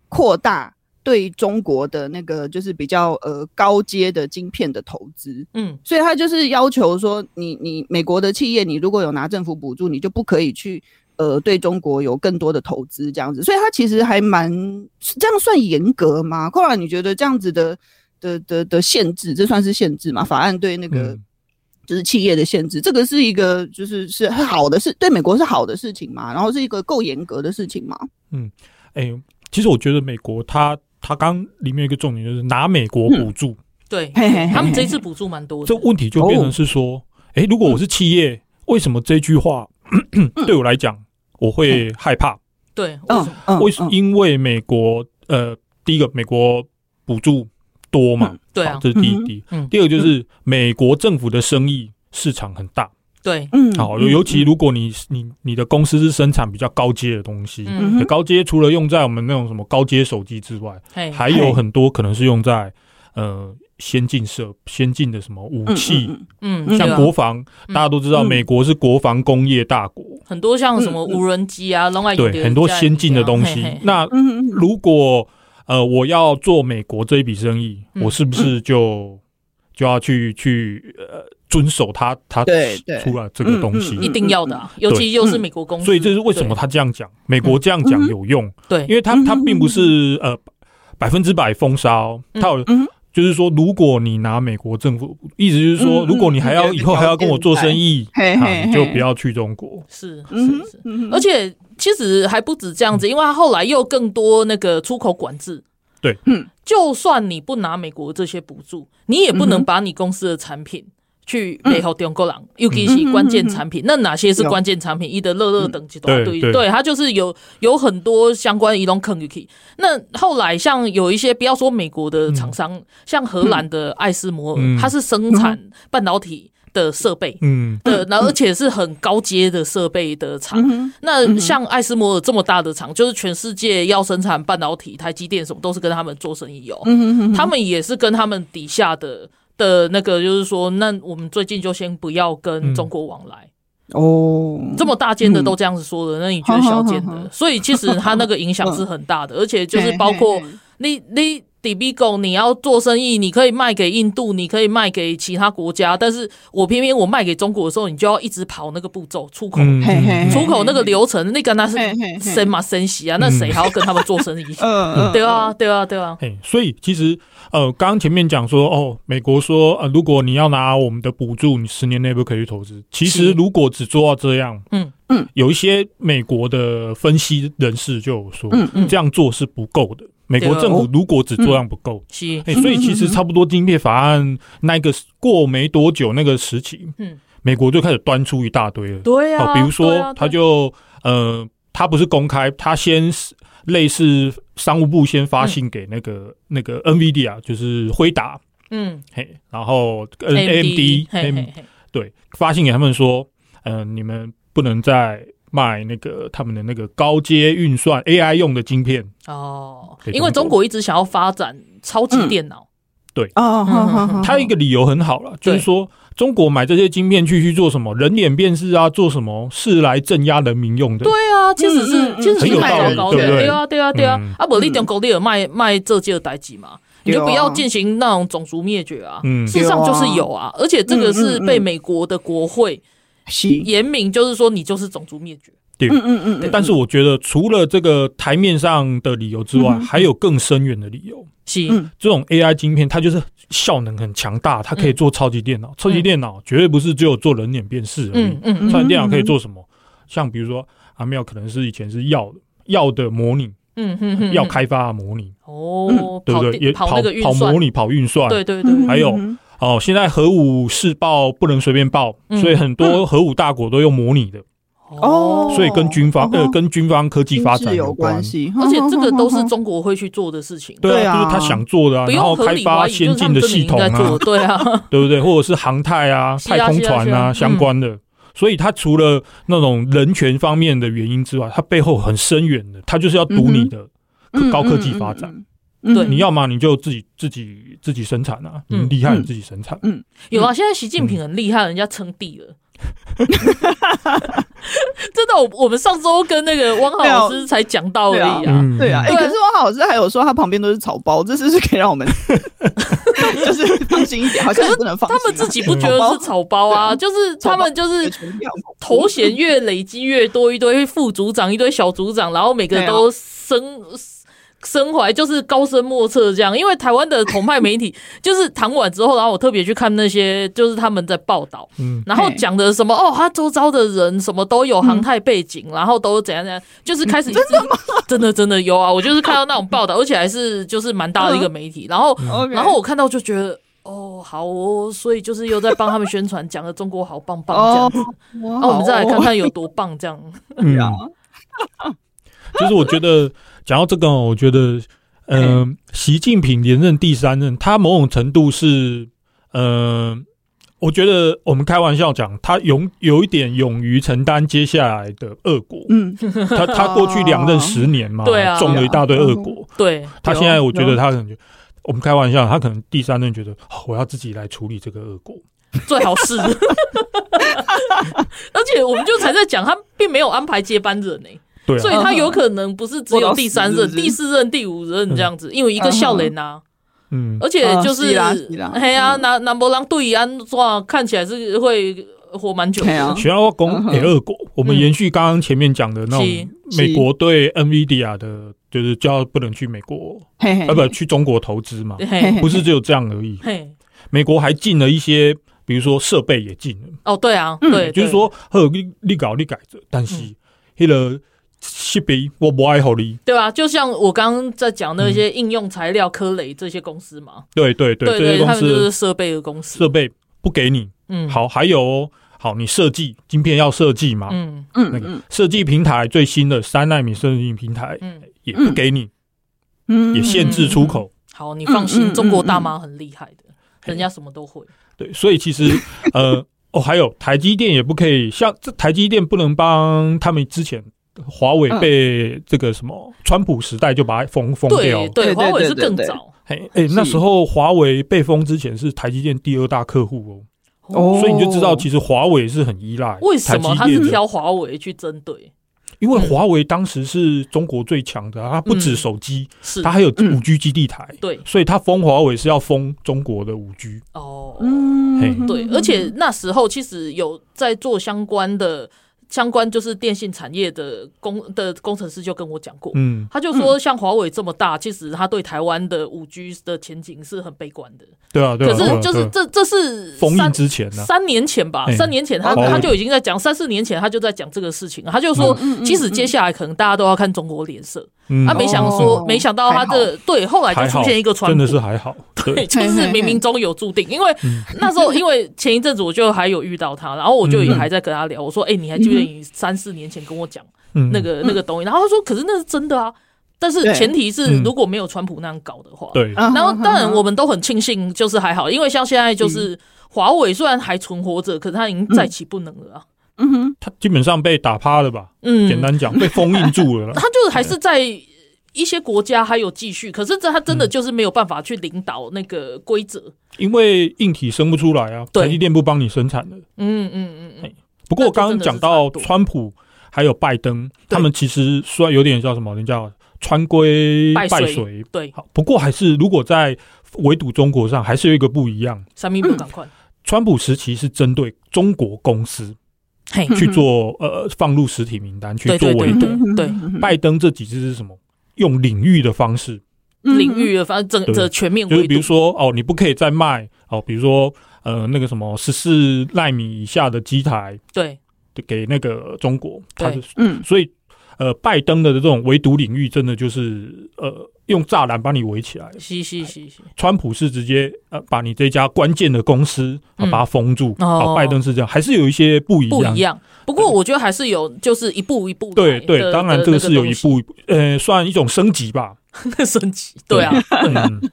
[SPEAKER 2] 扩大对中国的那个就是比较呃高阶的晶片的投资。
[SPEAKER 1] 嗯
[SPEAKER 2] 所以他就是要求说你，你美国的企业，你如果有拿政府补助，你就不可以去呃对中国有更多的投资这样子。所以他其实还蛮这样算严格吗？后来你觉得这样子的的的的限制，这算是限制吗？法案对那个、
[SPEAKER 3] 嗯
[SPEAKER 2] 就是企业的限制，这个是一个就是是好的事，对美国是好的事情吗？然后是一个够严格的事情吗？
[SPEAKER 3] 哎、其实我觉得美国它它刚里面有一个重点就是拿美国补助，
[SPEAKER 1] 对
[SPEAKER 2] 嘿嘿嘿
[SPEAKER 1] 他们这一次补助蛮多
[SPEAKER 3] 这
[SPEAKER 1] 的，
[SPEAKER 3] 问题就变成是说，哎、如果我是企业，为什么这句话
[SPEAKER 1] 嗯
[SPEAKER 3] 对我来讲我会害怕？
[SPEAKER 1] 对，为
[SPEAKER 2] 嗯
[SPEAKER 1] 什么
[SPEAKER 2] 嗯，
[SPEAKER 3] 为什
[SPEAKER 2] 嗯
[SPEAKER 3] 因为美国呃，第一个美国补助多嘛，
[SPEAKER 1] 对
[SPEAKER 3] 好
[SPEAKER 1] 啊，
[SPEAKER 3] 这是第一第一
[SPEAKER 1] 嗯嗯
[SPEAKER 3] 第二个就是美国政府的生意市场很大，
[SPEAKER 1] 对，
[SPEAKER 2] 嗯
[SPEAKER 3] 好，尤尤其如果你你你的公司是生产比较高阶的东西，
[SPEAKER 1] 嗯
[SPEAKER 3] 高阶除了用在我们那种什么高阶手机之外，
[SPEAKER 1] 嘿，
[SPEAKER 3] 还有很多可能是用在呃先进设先进的什么武器，
[SPEAKER 2] 嗯
[SPEAKER 1] 嗯，对
[SPEAKER 3] 像
[SPEAKER 1] 啊
[SPEAKER 3] 国防，
[SPEAKER 1] 嗯
[SPEAKER 3] 大家都知道
[SPEAKER 2] 嗯
[SPEAKER 3] 美国是国防工业大国，
[SPEAKER 1] 很多像什么
[SPEAKER 2] 嗯嗯
[SPEAKER 1] 无人机啊，拢爱用到
[SPEAKER 3] 对，很多
[SPEAKER 1] 这样
[SPEAKER 3] 先进的东
[SPEAKER 1] 啊嘿
[SPEAKER 3] 西
[SPEAKER 1] 嘿。
[SPEAKER 3] 那
[SPEAKER 2] 嗯嗯
[SPEAKER 3] 如果呃我要做美国这一笔生意，
[SPEAKER 1] 嗯
[SPEAKER 3] 我是不是就就要去去呃遵守它它
[SPEAKER 2] 对对
[SPEAKER 3] 出来这个东
[SPEAKER 2] 嗯
[SPEAKER 3] 西
[SPEAKER 2] 嗯嗯？
[SPEAKER 1] 一定要的啊，尤其
[SPEAKER 2] 嗯
[SPEAKER 1] 又是美国公司，
[SPEAKER 3] 所以这是为什么他这样讲，美国这样讲有用，
[SPEAKER 1] 对
[SPEAKER 3] 因
[SPEAKER 1] 对
[SPEAKER 3] 为
[SPEAKER 2] 嗯
[SPEAKER 3] 他他并不是呃百分之百封杀哦，
[SPEAKER 1] 嗯
[SPEAKER 3] 他有
[SPEAKER 2] 嗯
[SPEAKER 3] 就是说，如果你拿美国政府，意思就是说，
[SPEAKER 2] 嗯嗯
[SPEAKER 3] 如果你还要
[SPEAKER 2] 嗯
[SPEAKER 3] 以后还要跟我做生意，
[SPEAKER 2] 嘿嘿
[SPEAKER 3] 啊，
[SPEAKER 2] 嘿
[SPEAKER 3] 你就不要去中国。
[SPEAKER 1] 是
[SPEAKER 2] 嗯
[SPEAKER 1] 是是，而且其实还不止这样子，因为他后来又更多那个出口管制。
[SPEAKER 3] 对，
[SPEAKER 2] 嗯，
[SPEAKER 1] 就算你不拿美国这些补助，你也不
[SPEAKER 2] 嗯
[SPEAKER 1] 能
[SPEAKER 2] 哼嗯
[SPEAKER 1] 把你公司的产品。去背后中国人，尤其是关键产品，那哪些是关键产品？伊的乐乐等级都
[SPEAKER 3] 对
[SPEAKER 1] 对，
[SPEAKER 3] 对
[SPEAKER 1] 对，它就是有有很多相关移动坑进去。那后来像有一些，不要说美国的厂商，
[SPEAKER 2] 嗯
[SPEAKER 1] 像荷兰的艾斯摩尔，
[SPEAKER 3] 嗯
[SPEAKER 1] 它是生产半导体的设备，
[SPEAKER 3] 嗯，
[SPEAKER 1] 的，然后而且是很高阶的设备的厂。那像艾斯摩尔这么大的厂，就是全世界要生产半导体，台积电什么都是跟他们做生意哦。他们也是跟他们底下的的那个，就是说，那我们最近就先不要跟
[SPEAKER 3] 嗯
[SPEAKER 1] 中国往来。
[SPEAKER 2] 哦，
[SPEAKER 1] 这么大间的都这样子说的，那你觉得小间
[SPEAKER 2] 嗯
[SPEAKER 1] 的？所以其实它那个影响是很大的，而且就是包括
[SPEAKER 2] 嘿嘿嘿
[SPEAKER 1] 你你。d b g o 你要做生意，你可以卖给印度，你可以卖给其他国家，但是我偏偏我卖给中国的时候，你就要一直跑那个步骤出口，
[SPEAKER 3] 嗯
[SPEAKER 2] 哦嘿嘿
[SPEAKER 1] 出口那个流程，那个那是
[SPEAKER 2] 嘿嘿嘿
[SPEAKER 1] 生嘛生息啊，那谁还要跟他们做生意？
[SPEAKER 2] 嗯嗯，
[SPEAKER 1] 对啊，对啊，对啊，
[SPEAKER 3] 嘿，所以其实呃，刚刚前面讲说，哦，美国说，呃，如果你要拿我们的补助，你十年内不可以去投资。其
[SPEAKER 1] 是
[SPEAKER 3] 实如果只做到这样，
[SPEAKER 1] 嗯
[SPEAKER 2] 嗯，
[SPEAKER 3] 有一些美国的分析人士就有说，
[SPEAKER 2] 嗯哦嗯
[SPEAKER 3] 这样做是不够的。美国
[SPEAKER 1] 对啊
[SPEAKER 3] 政府如果只做样不够，
[SPEAKER 1] 是，
[SPEAKER 3] 哎、所以
[SPEAKER 1] 嗯
[SPEAKER 3] 其实差不多晶片法案那个时过没多久那个时期，
[SPEAKER 1] 嗯
[SPEAKER 3] 嗯，美国就开始端出一大堆了。
[SPEAKER 1] 对啊，
[SPEAKER 3] 哦，比如
[SPEAKER 1] 对
[SPEAKER 3] 说
[SPEAKER 1] 啊
[SPEAKER 3] 他就、呃，他不是公开，他先是类似商务部先发信给那个、那个 NVIDIA，就是辉达，
[SPEAKER 1] 嗯
[SPEAKER 3] 嘿，然后 N
[SPEAKER 1] AMD，嘿
[SPEAKER 3] 嗯
[SPEAKER 1] 嘿嘿
[SPEAKER 3] 对，发信给他们说，呃，你们不能再卖那个他们的那个高阶运算 AI 用的晶片，
[SPEAKER 1] 哦，
[SPEAKER 3] 给中国
[SPEAKER 1] 因为中国一直想要发展超
[SPEAKER 2] 嗯
[SPEAKER 1] 级电脑，
[SPEAKER 2] 哦，好好
[SPEAKER 1] 嗯
[SPEAKER 2] 好，
[SPEAKER 3] 他一个理由很好了，就是说中国买这些晶片去去做什么人脸辨识啊，做什么是来镇压人民用的。
[SPEAKER 1] 对啊，其实是
[SPEAKER 2] 嗯嗯
[SPEAKER 1] 其实是
[SPEAKER 3] 很有
[SPEAKER 1] 太
[SPEAKER 3] 道
[SPEAKER 1] 糟
[SPEAKER 3] 理
[SPEAKER 1] 糕的，
[SPEAKER 3] 对不对
[SPEAKER 1] 啊对啊对啊
[SPEAKER 3] 嗯，
[SPEAKER 1] 啊不，你中国你有卖卖这些代志嘛？你就不
[SPEAKER 2] 对啊
[SPEAKER 1] 要进行那种种族灭绝啊。
[SPEAKER 3] 嗯
[SPEAKER 1] 事实上就是有啊，而且这个是被美国的国会
[SPEAKER 2] 是，
[SPEAKER 1] 严明，就是说你就是种族灭绝。
[SPEAKER 3] 对。
[SPEAKER 2] 嗯嗯嗯嗯，
[SPEAKER 3] 但是我觉得，除了这个台面上的理由之外，还有更深远的理由。
[SPEAKER 1] 是，
[SPEAKER 2] 嗯
[SPEAKER 3] 这种 AI 晶片，它就是效能很强大，它可以做超级电脑。超级电脑绝对不是只有做人脸辨识而已
[SPEAKER 1] 嗯。嗯
[SPEAKER 3] 超级电脑可以做什么？像比如说，阿妙可能是以前是药的药的模拟，
[SPEAKER 1] 嗯嗯嗯，
[SPEAKER 3] 药开发的模拟，
[SPEAKER 1] 哦，
[SPEAKER 3] 对不
[SPEAKER 1] 跑
[SPEAKER 3] 对？也
[SPEAKER 1] 地跑那个运
[SPEAKER 3] 跑
[SPEAKER 1] 算
[SPEAKER 3] 模，拟、跑运算。
[SPEAKER 1] 对对嗯对，
[SPEAKER 3] 还有哦，现在核武试爆不能随便爆，
[SPEAKER 1] 嗯
[SPEAKER 3] 所以很多核武大国都用模拟的，
[SPEAKER 2] 哦
[SPEAKER 3] 所以跟军方
[SPEAKER 2] 哦
[SPEAKER 3] 呃跟军方科技发
[SPEAKER 2] 军
[SPEAKER 3] 展
[SPEAKER 2] 事
[SPEAKER 3] 有
[SPEAKER 2] 有
[SPEAKER 3] 关
[SPEAKER 2] 关。系，
[SPEAKER 1] 而且这个都是
[SPEAKER 2] 哼哼哼哼
[SPEAKER 1] 中国会去做的事情，
[SPEAKER 3] 对
[SPEAKER 2] 对
[SPEAKER 3] 啊，
[SPEAKER 2] 啊
[SPEAKER 3] 就是他想做的啊，
[SPEAKER 1] 不
[SPEAKER 3] 然后
[SPEAKER 1] 用合
[SPEAKER 3] 开
[SPEAKER 1] 理
[SPEAKER 3] 发
[SPEAKER 1] 怀疑，就
[SPEAKER 3] 先
[SPEAKER 1] 是他
[SPEAKER 3] 进
[SPEAKER 1] 们
[SPEAKER 3] 的
[SPEAKER 1] 真的
[SPEAKER 3] 系
[SPEAKER 1] 应
[SPEAKER 3] 统
[SPEAKER 1] 该
[SPEAKER 3] 啊
[SPEAKER 1] 做，，对 啊，
[SPEAKER 3] 对不对？或者是航太啊、
[SPEAKER 1] 是啊
[SPEAKER 3] 太空船
[SPEAKER 1] 是啊是啊
[SPEAKER 3] 相关的。所以它除了那种人权方面的原因之外，它背后很深远的，它就是要赌你的
[SPEAKER 2] 嗯
[SPEAKER 3] 高科技发展。，
[SPEAKER 2] 嗯嗯嗯嗯
[SPEAKER 1] 对
[SPEAKER 3] 你要嘛你就自己自己自己生产啊，你
[SPEAKER 1] 嗯
[SPEAKER 3] 厉害
[SPEAKER 2] 嗯
[SPEAKER 3] 你自己生产。
[SPEAKER 1] 有啊，现在习近平很厉害，人家称帝了。 真的，我我们上周跟那个汪浩老师才讲到而已啊。
[SPEAKER 3] 嗯
[SPEAKER 2] 对啊，哎、
[SPEAKER 1] 对
[SPEAKER 2] 可是汪老师还有说他旁边都是草包，这是不是可以让我们就是放心一点？好像也不能放心
[SPEAKER 1] 他
[SPEAKER 2] 啊、
[SPEAKER 1] 们自己不觉得是草包啊，就是他们就是头衔越累积越多，一堆副组长，一堆小组长，然后每个
[SPEAKER 2] 对啊
[SPEAKER 1] 都身身怀就是高深莫测这样。因为台湾的统派媒体就是谈完之后，然后我特别去看那些就是他们在报道，
[SPEAKER 3] 嗯
[SPEAKER 1] 然后
[SPEAKER 2] 嘿
[SPEAKER 1] 讲的什么哦，他周遭的人什么都有航太背景，然后都怎样怎样，就是 开始嗯真的真的真的有啊，我就是看到那种 报道，而且还是就是蛮大的一个媒体，然后
[SPEAKER 2] OK
[SPEAKER 1] 然后我看到就觉得。哦，好哦，所以就是又在帮他们宣传，讲了中国好棒棒这样
[SPEAKER 2] 哦
[SPEAKER 1] 子。，
[SPEAKER 2] 那
[SPEAKER 1] 那、我们再来看看有多棒这样。
[SPEAKER 3] 嗯，就是我觉得讲到这个哦，我觉得，呃，习近平连任第三任，他某种程度是，呃，我觉得我们开玩笑讲，他勇有一点勇于承担接下来的恶果。
[SPEAKER 2] 嗯，
[SPEAKER 3] 他他过去两任十年 嘛，
[SPEAKER 1] 对啊
[SPEAKER 3] 中了一大堆恶果。
[SPEAKER 1] 对，
[SPEAKER 3] 他
[SPEAKER 1] 有
[SPEAKER 3] 现在我觉得他可能就，我们开玩笑，他可能第三任觉得、哦我要自己来处理这个恶果。
[SPEAKER 1] 最好 是，而且我们就才在讲，他并没有安排接班人呢、欸
[SPEAKER 3] 对
[SPEAKER 1] 所以
[SPEAKER 3] 啊，
[SPEAKER 1] 他有可能不是只有第三
[SPEAKER 2] 做
[SPEAKER 1] 任、
[SPEAKER 2] 到死是不是
[SPEAKER 1] 第四任、第五任这样子，因为一个笑脸呐，
[SPEAKER 3] 嗯，
[SPEAKER 1] 而且就是
[SPEAKER 2] 啊是啦是啦，
[SPEAKER 1] 嘿啊，南南博狼对安哇，看起来是会活蛮久
[SPEAKER 2] 嘿啊
[SPEAKER 1] 的，
[SPEAKER 3] 学校公
[SPEAKER 2] 嗯哼
[SPEAKER 3] 给恶果，我们
[SPEAKER 1] 嗯
[SPEAKER 3] 延续刚刚前面讲的那种
[SPEAKER 1] 是
[SPEAKER 3] 美国对 NVIDIA 的，就是叫不能去美国，
[SPEAKER 2] 嘿
[SPEAKER 1] 哎
[SPEAKER 2] 嘿，
[SPEAKER 3] 呃，不去中国投资嘛，
[SPEAKER 1] 嘿
[SPEAKER 3] 不是只有这样而已。
[SPEAKER 1] 嘿，
[SPEAKER 3] 美国还进了一些，比如说设备也进了，
[SPEAKER 1] 哦，对啊，对，嗯
[SPEAKER 3] 就是说呵，你你搞你改着，但是那个设备我不爱好你，
[SPEAKER 1] 对对啊，就像我刚刚在讲那些应用材料、科雷这些公司嘛，
[SPEAKER 3] 对对嗯对，
[SPEAKER 1] 对
[SPEAKER 3] 这
[SPEAKER 1] 对，
[SPEAKER 3] 些
[SPEAKER 1] 他
[SPEAKER 3] 公
[SPEAKER 1] 们就是
[SPEAKER 3] 司
[SPEAKER 1] 设备的公司
[SPEAKER 3] 设，备不给你。
[SPEAKER 1] 嗯，，
[SPEAKER 3] 好，还有哦，好，你设计晶片要设计嘛，
[SPEAKER 1] 嗯
[SPEAKER 2] 嗯
[SPEAKER 3] 那
[SPEAKER 2] 嗯
[SPEAKER 3] 个设计平台最新的三纳米设计平台
[SPEAKER 1] 嗯，
[SPEAKER 3] 也不给你，
[SPEAKER 2] 嗯
[SPEAKER 3] 也限制出口。
[SPEAKER 1] 好，你放心，
[SPEAKER 2] 嗯嗯
[SPEAKER 1] 中国大妈很厉害的，人家
[SPEAKER 3] 嘿
[SPEAKER 1] 什么都会，
[SPEAKER 3] 对，所以其实 呃，哦，还有台积电也不可以，像这台积电不能帮他们之前华为
[SPEAKER 2] 嗯
[SPEAKER 3] 被这个什么川普时代就把它封封掉
[SPEAKER 1] 对。对，
[SPEAKER 2] 对对
[SPEAKER 1] 华为
[SPEAKER 2] 对
[SPEAKER 1] 是
[SPEAKER 2] 对
[SPEAKER 1] 更
[SPEAKER 2] 对
[SPEAKER 1] 早。
[SPEAKER 3] 嘿，哎、那时候华为被封之前是台积电第二大客户哦，
[SPEAKER 2] 哦
[SPEAKER 3] 所以你就知道其实华为是很依赖
[SPEAKER 1] 为
[SPEAKER 3] 台
[SPEAKER 1] 什么
[SPEAKER 3] 积
[SPEAKER 1] 他
[SPEAKER 3] 电
[SPEAKER 1] 是嗯
[SPEAKER 3] 的，
[SPEAKER 1] 挑华为去针对？
[SPEAKER 3] 因为华为当时是中国最强的啊，它不止
[SPEAKER 1] 嗯
[SPEAKER 3] 手机，
[SPEAKER 1] 是
[SPEAKER 3] 它还有
[SPEAKER 2] 嗯
[SPEAKER 3] 五 G 基地台，
[SPEAKER 1] 对
[SPEAKER 3] 所以它封华为是要封中国的五 G，
[SPEAKER 1] 哦，
[SPEAKER 3] 嘿，
[SPEAKER 1] 对，而且那时候其实有在做相关的相关就是电信产业的工的工程师就跟我讲过，
[SPEAKER 3] 嗯，
[SPEAKER 1] 他就说像华为这么大，其实他对台湾的五 G 的前景是很悲观的。
[SPEAKER 3] 对啊，对
[SPEAKER 1] 可
[SPEAKER 3] 啊，对啊
[SPEAKER 1] 是就是
[SPEAKER 3] 对啊
[SPEAKER 1] 这这是
[SPEAKER 3] 封
[SPEAKER 1] 三
[SPEAKER 3] 印之前呢、
[SPEAKER 1] 三年前吧，
[SPEAKER 3] 哎
[SPEAKER 1] 三年前他
[SPEAKER 3] 华为
[SPEAKER 1] 他就已经在讲，三四年前他就在讲这个事情了，他就说，即使接下来可能大家都要看中国脸色，啊
[SPEAKER 3] 嗯，
[SPEAKER 1] 他没想说，
[SPEAKER 2] 哦
[SPEAKER 1] 没想到他这对后来就
[SPEAKER 3] 还好
[SPEAKER 1] 出现一个川
[SPEAKER 3] 真
[SPEAKER 1] 普
[SPEAKER 3] 的，是还好，嗯
[SPEAKER 1] 对，
[SPEAKER 3] 对，
[SPEAKER 1] 就是冥冥中有注定。因为那时候，因为前一阵子我就还有遇到他，然后我就也还在跟他聊，我说：“哎、你还记不记得你三四年前跟我讲
[SPEAKER 3] 嗯，
[SPEAKER 1] 那个、那个东西？”然后他说：“可是那是真的啊，但是
[SPEAKER 2] 对
[SPEAKER 1] 前提是
[SPEAKER 3] 嗯
[SPEAKER 1] 如果没有川普那样搞的话。”。
[SPEAKER 3] 对，
[SPEAKER 2] 然
[SPEAKER 1] 然后当然我们都很庆幸，就是还好，因为像现在
[SPEAKER 3] 嗯
[SPEAKER 1] 就是华为虽然还存活着，可是它已经再起不能了啊。
[SPEAKER 2] 嗯哼，
[SPEAKER 3] 他基本上被打趴了吧？
[SPEAKER 1] 嗯，
[SPEAKER 3] 简单讲，被封印住了啦
[SPEAKER 1] 他。 就是还是在一些国家还有继续，可是这他真的就是没有办法去领导那个规则。
[SPEAKER 3] 因为硬体生不出来啊，
[SPEAKER 1] 对
[SPEAKER 3] 台积电不帮你生产了。
[SPEAKER 1] 嗯嗯嗯嗯，
[SPEAKER 3] 不过我刚刚讲到
[SPEAKER 1] 那就真的是差不多
[SPEAKER 3] 川普还有拜登，
[SPEAKER 1] 对
[SPEAKER 3] 他们其实虽然有点叫什么，人家川规
[SPEAKER 1] 拜
[SPEAKER 3] 拜
[SPEAKER 1] 水
[SPEAKER 3] 水。
[SPEAKER 1] 对，
[SPEAKER 3] 好，不过还是如果在围堵中国上，还是有一个不一样。
[SPEAKER 1] 三米不赶
[SPEAKER 3] 嗯
[SPEAKER 1] 快，
[SPEAKER 3] 川普时期是针对中国公司
[SPEAKER 1] 嘿，
[SPEAKER 3] 去做呃放入实体名单去
[SPEAKER 1] 嗯对
[SPEAKER 3] 做
[SPEAKER 1] 对
[SPEAKER 3] 围
[SPEAKER 1] 对
[SPEAKER 3] 堵，
[SPEAKER 1] 对
[SPEAKER 2] 嗯
[SPEAKER 1] 对，
[SPEAKER 3] 拜登这几次是什么？用领域的方式，
[SPEAKER 1] 领域的反正整
[SPEAKER 3] 对
[SPEAKER 1] 整全面
[SPEAKER 3] 就是
[SPEAKER 1] 围
[SPEAKER 3] 比
[SPEAKER 1] 堵
[SPEAKER 3] 如，说哦，你不可以再卖哦，比如说呃那个什么十四纳米以下的机台
[SPEAKER 1] 对
[SPEAKER 3] 给那个中国，它
[SPEAKER 1] 对
[SPEAKER 3] 就
[SPEAKER 2] 嗯
[SPEAKER 3] 所以呃拜登的这种围堵领域真的就是呃用栅栏把你围起来，
[SPEAKER 1] 是是是是，
[SPEAKER 3] 川普是直接呃把你这家关键的公司、啊
[SPEAKER 1] 嗯
[SPEAKER 3] 把它封住，
[SPEAKER 1] 哦
[SPEAKER 3] 啊拜登是这样，还是有一些不一
[SPEAKER 1] 不
[SPEAKER 3] 样
[SPEAKER 1] 一。样。不过我觉得还是有，就是一步一步来
[SPEAKER 3] 对对，
[SPEAKER 1] 的
[SPEAKER 3] 当然
[SPEAKER 1] 的
[SPEAKER 3] 这
[SPEAKER 1] 那
[SPEAKER 3] 个是有
[SPEAKER 1] 东
[SPEAKER 3] 一
[SPEAKER 1] 西
[SPEAKER 3] 步一步，呃，算一种升级吧。
[SPEAKER 1] 升级，对啊，
[SPEAKER 3] 嗯，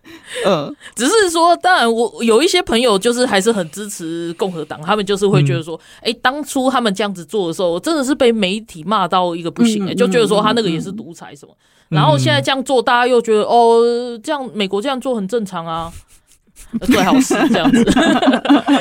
[SPEAKER 2] 呃，
[SPEAKER 1] 只是说，当然我有一些朋友就是还是很支持共和党，他们就是会觉得说，哎、当初他们这样子做的时候，我真的是被媒体骂到一个不行、
[SPEAKER 2] 嗯
[SPEAKER 1] 诶
[SPEAKER 2] 嗯
[SPEAKER 1] 就觉得说他那个也是独裁什么。然后现在这样做，大家又觉得哦，这样美国这样做很正常啊，呃最好是这 样子。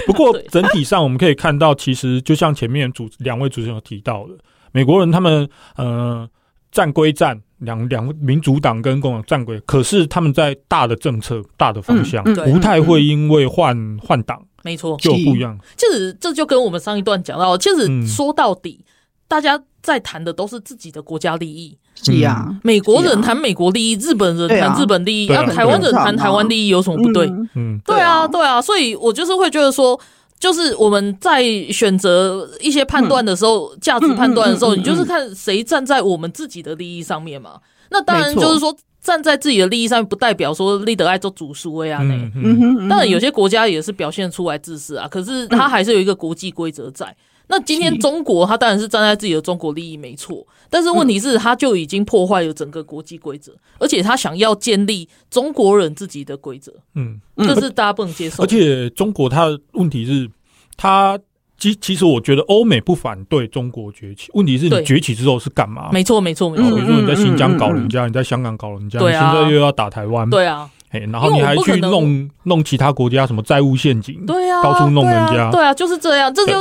[SPEAKER 3] 不过
[SPEAKER 1] 对
[SPEAKER 3] 整体上我们可以看到，其实就像前面主两位主持人有提到的，美国人他们呃战归战，两两民主党跟共和党战归，可是他们在大的政策、大的方向
[SPEAKER 2] 嗯嗯
[SPEAKER 1] 对嗯
[SPEAKER 3] 不太会因为换换党
[SPEAKER 1] 没错，
[SPEAKER 3] 就不一样。
[SPEAKER 1] 其实这就跟我们上一段讲到，其实
[SPEAKER 3] 嗯
[SPEAKER 1] 说到底，大家在谈的都是自己的国家利益。
[SPEAKER 2] 是呀，
[SPEAKER 1] 美国人
[SPEAKER 2] 是啊
[SPEAKER 1] 谈美国利益，日本人
[SPEAKER 2] 对啊
[SPEAKER 1] 谈日本利益，
[SPEAKER 3] 对啊
[SPEAKER 1] 啊，台湾人
[SPEAKER 2] 对啊
[SPEAKER 1] 谈台湾利益有什么不对？
[SPEAKER 2] 嗯，
[SPEAKER 3] 嗯，
[SPEAKER 1] 对啊，
[SPEAKER 2] 对
[SPEAKER 1] 对啊，所以我就是会觉得说，就是我们在选择一些判断的时候，价值判断的时候，
[SPEAKER 2] 嗯嗯嗯
[SPEAKER 1] 你就是看谁站在我们自己的利益上面嘛。那当然
[SPEAKER 2] 没错
[SPEAKER 1] 就是说，站在自己的利益上面，不代表说立德爱做主书呀那。
[SPEAKER 3] 嗯
[SPEAKER 2] 嗯
[SPEAKER 3] 嗯
[SPEAKER 2] 哼，嗯
[SPEAKER 1] 当然，有些国家也是表现出来自私啊，可是它还是有一个国际规则在。那今天
[SPEAKER 2] 是
[SPEAKER 1] 中国，它当然是站在自己的中国利益没错，但是问题是，它就已经破坏了整个国际规则，而且它想要建立中国人自己的规则，
[SPEAKER 3] 嗯，
[SPEAKER 1] 这是大家不能接受
[SPEAKER 3] 而
[SPEAKER 1] 的。
[SPEAKER 3] 且中国它的问题是，它其其实我觉得欧美不反对中国崛起，问题是
[SPEAKER 1] 对
[SPEAKER 3] 你崛起之后是干嘛？
[SPEAKER 1] 没嗯错，没错，没
[SPEAKER 3] 哦
[SPEAKER 1] 错。
[SPEAKER 3] 比如说你在新疆搞人家，你在香港搞人家，你
[SPEAKER 1] 对
[SPEAKER 3] 现
[SPEAKER 1] 啊
[SPEAKER 3] 在又要打台湾，
[SPEAKER 1] 对啊，
[SPEAKER 3] 哎，然后你还去
[SPEAKER 1] 因为我不
[SPEAKER 3] 弄弄其他国家什么债务陷阱，
[SPEAKER 1] 对啊，
[SPEAKER 3] 到处弄人
[SPEAKER 1] 对
[SPEAKER 3] 家。
[SPEAKER 1] 啊，对啊，就是这样。这就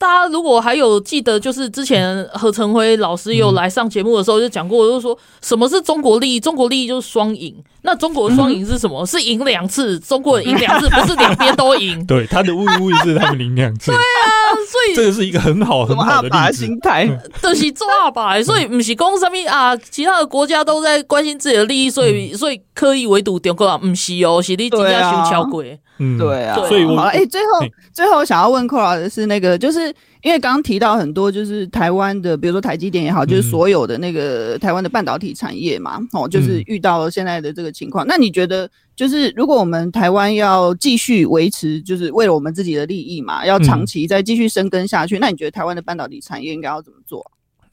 [SPEAKER 1] 大家如果还有记得，就是之前何成辉老师有来上节目的时候就讲过，就是说什么是中国利益？中国利益就是双赢。那中国的双赢是什么？是赢两次，中国人赢两次，不是两边都赢
[SPEAKER 3] 对，他的误误是他们领两次，
[SPEAKER 1] 啊所以
[SPEAKER 3] 这个是一个很好
[SPEAKER 2] 什
[SPEAKER 3] 很
[SPEAKER 2] 么
[SPEAKER 3] 好
[SPEAKER 2] 阿
[SPEAKER 3] 的
[SPEAKER 2] 爸
[SPEAKER 3] 例子。
[SPEAKER 2] 心态，
[SPEAKER 1] 就是抓吧，所以不是讲什么啊，其他的国家都在关心自己的利益，所以
[SPEAKER 3] 嗯
[SPEAKER 1] 所以刻意围堵中国啊，不是哦，是你真正
[SPEAKER 2] 对啊
[SPEAKER 1] 修桥鬼。
[SPEAKER 3] 嗯，
[SPEAKER 2] 对啊，
[SPEAKER 1] 所以
[SPEAKER 3] 我
[SPEAKER 2] 好了，哎、最后
[SPEAKER 3] 嘿
[SPEAKER 2] 最后想要问 c o r a 的是那个，就是因为刚刚提到很多，就是台湾的，比如说台积电也好，就是
[SPEAKER 3] 嗯
[SPEAKER 2] 所有的那个台湾的半导体产业嘛，哦，就是
[SPEAKER 3] 嗯
[SPEAKER 2] 遇到了现在的这个情况。那你觉得，就是如果我们台湾要继续维持，就是为了我们自己的利益
[SPEAKER 3] 嗯
[SPEAKER 2] 嘛，要长期再继续深耕下去，那你觉得台湾的半导体产业应该要怎么做？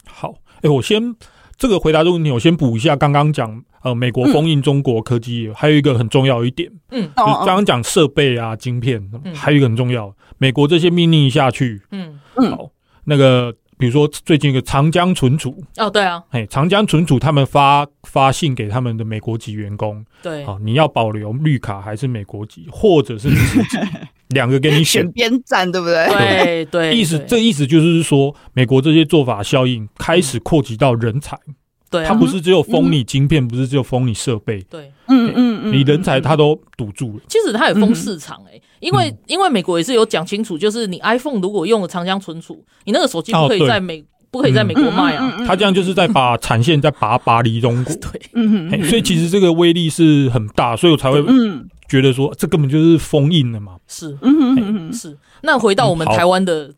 [SPEAKER 3] 好，哎，我先这个回答这个问题，我先补一下刚刚讲呃，美国封印中国科技业，还有一个很重要一点，
[SPEAKER 1] 嗯
[SPEAKER 3] 就是
[SPEAKER 2] 哦
[SPEAKER 3] 刚刚讲设备啊、晶片
[SPEAKER 1] 嗯，
[SPEAKER 3] 还有一个很重要，美国这些命令下去，
[SPEAKER 1] 嗯，
[SPEAKER 3] 好，那个比如说最近一个长江存储，
[SPEAKER 1] 哦，对啊，
[SPEAKER 3] 哎，长江存储他们发发信给他们的美国籍员工，
[SPEAKER 1] 对，
[SPEAKER 3] 哦好，你要保留绿卡还是美国籍，或者 是美籍，两个给你选
[SPEAKER 2] 选。边站，对不对？
[SPEAKER 1] 对对，
[SPEAKER 3] 意思
[SPEAKER 1] 对
[SPEAKER 3] 这意思就是说，美国这些做法效应开始扩及到人才，
[SPEAKER 2] 嗯
[SPEAKER 1] 对啊，
[SPEAKER 3] 它不是只有封你晶片，不是只有封你设备，
[SPEAKER 1] 对，
[SPEAKER 2] 嗯嗯嗯，
[SPEAKER 3] 你人才它都堵住了。
[SPEAKER 1] 其实它也封市场哎、欸因为、
[SPEAKER 3] 嗯
[SPEAKER 1] 因为美国也是有讲清楚，就是你 iPhone 如果用了长江存储，你那个手机不
[SPEAKER 3] 哦
[SPEAKER 1] 可以
[SPEAKER 3] 对嗯
[SPEAKER 1] 在美、不可以在美国卖啊。
[SPEAKER 3] 它这样就是在把产线在拔拔离中国，
[SPEAKER 2] 嗯
[SPEAKER 3] 嘿所以其实这个威力是很大，所以我才会
[SPEAKER 2] 嗯
[SPEAKER 3] 觉得说这根本就是封印了嘛。
[SPEAKER 1] 是
[SPEAKER 2] 嗯嗯
[SPEAKER 1] 是。那回到我们
[SPEAKER 3] 嗯好
[SPEAKER 1] 台湾的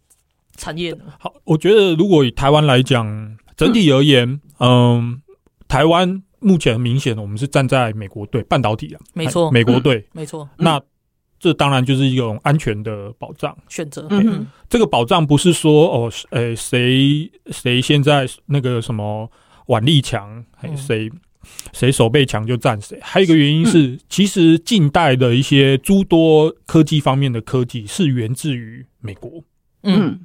[SPEAKER 1] 产业呢，
[SPEAKER 3] 嗯好，我觉得如果以台湾来讲，整体而言，嗯，台湾目前很明显的我们是站在美国队半导体啊，
[SPEAKER 1] 没错嗯
[SPEAKER 3] 哎美国队。
[SPEAKER 1] 没错，
[SPEAKER 3] 那这当然就是一种安全的保障。
[SPEAKER 1] 选择，嗯
[SPEAKER 2] 嗯哼
[SPEAKER 3] 这个保障不是说哦，是呃，谁谁现在那个什么腕力强，哎，
[SPEAKER 1] 嗯
[SPEAKER 3] 谁谁手背强就占谁。还有一个原因
[SPEAKER 1] 嗯
[SPEAKER 3] 是，其实近代的一些诸多科技方面的科技是源自于美国，
[SPEAKER 1] 嗯，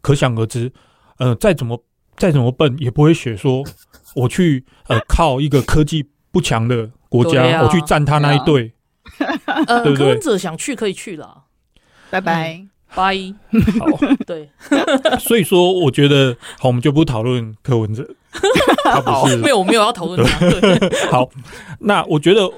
[SPEAKER 3] 可想而知，呃，再怎么再怎么笨，也不会学说我去呃靠一个科技不强的国
[SPEAKER 1] 对
[SPEAKER 3] 家，
[SPEAKER 1] 啊
[SPEAKER 3] 我去占他那一队。
[SPEAKER 1] 呃，
[SPEAKER 2] 嗯
[SPEAKER 3] 对不对
[SPEAKER 1] 柯文哲想去可以去啦，
[SPEAKER 2] 拜拜。
[SPEAKER 1] 八一，
[SPEAKER 3] 好，
[SPEAKER 1] 对，啊
[SPEAKER 3] 所以说我觉得好，我们就不讨论柯 文哲，他不 是
[SPEAKER 1] 没有我没有要讨论他，对，
[SPEAKER 3] 好，那我觉得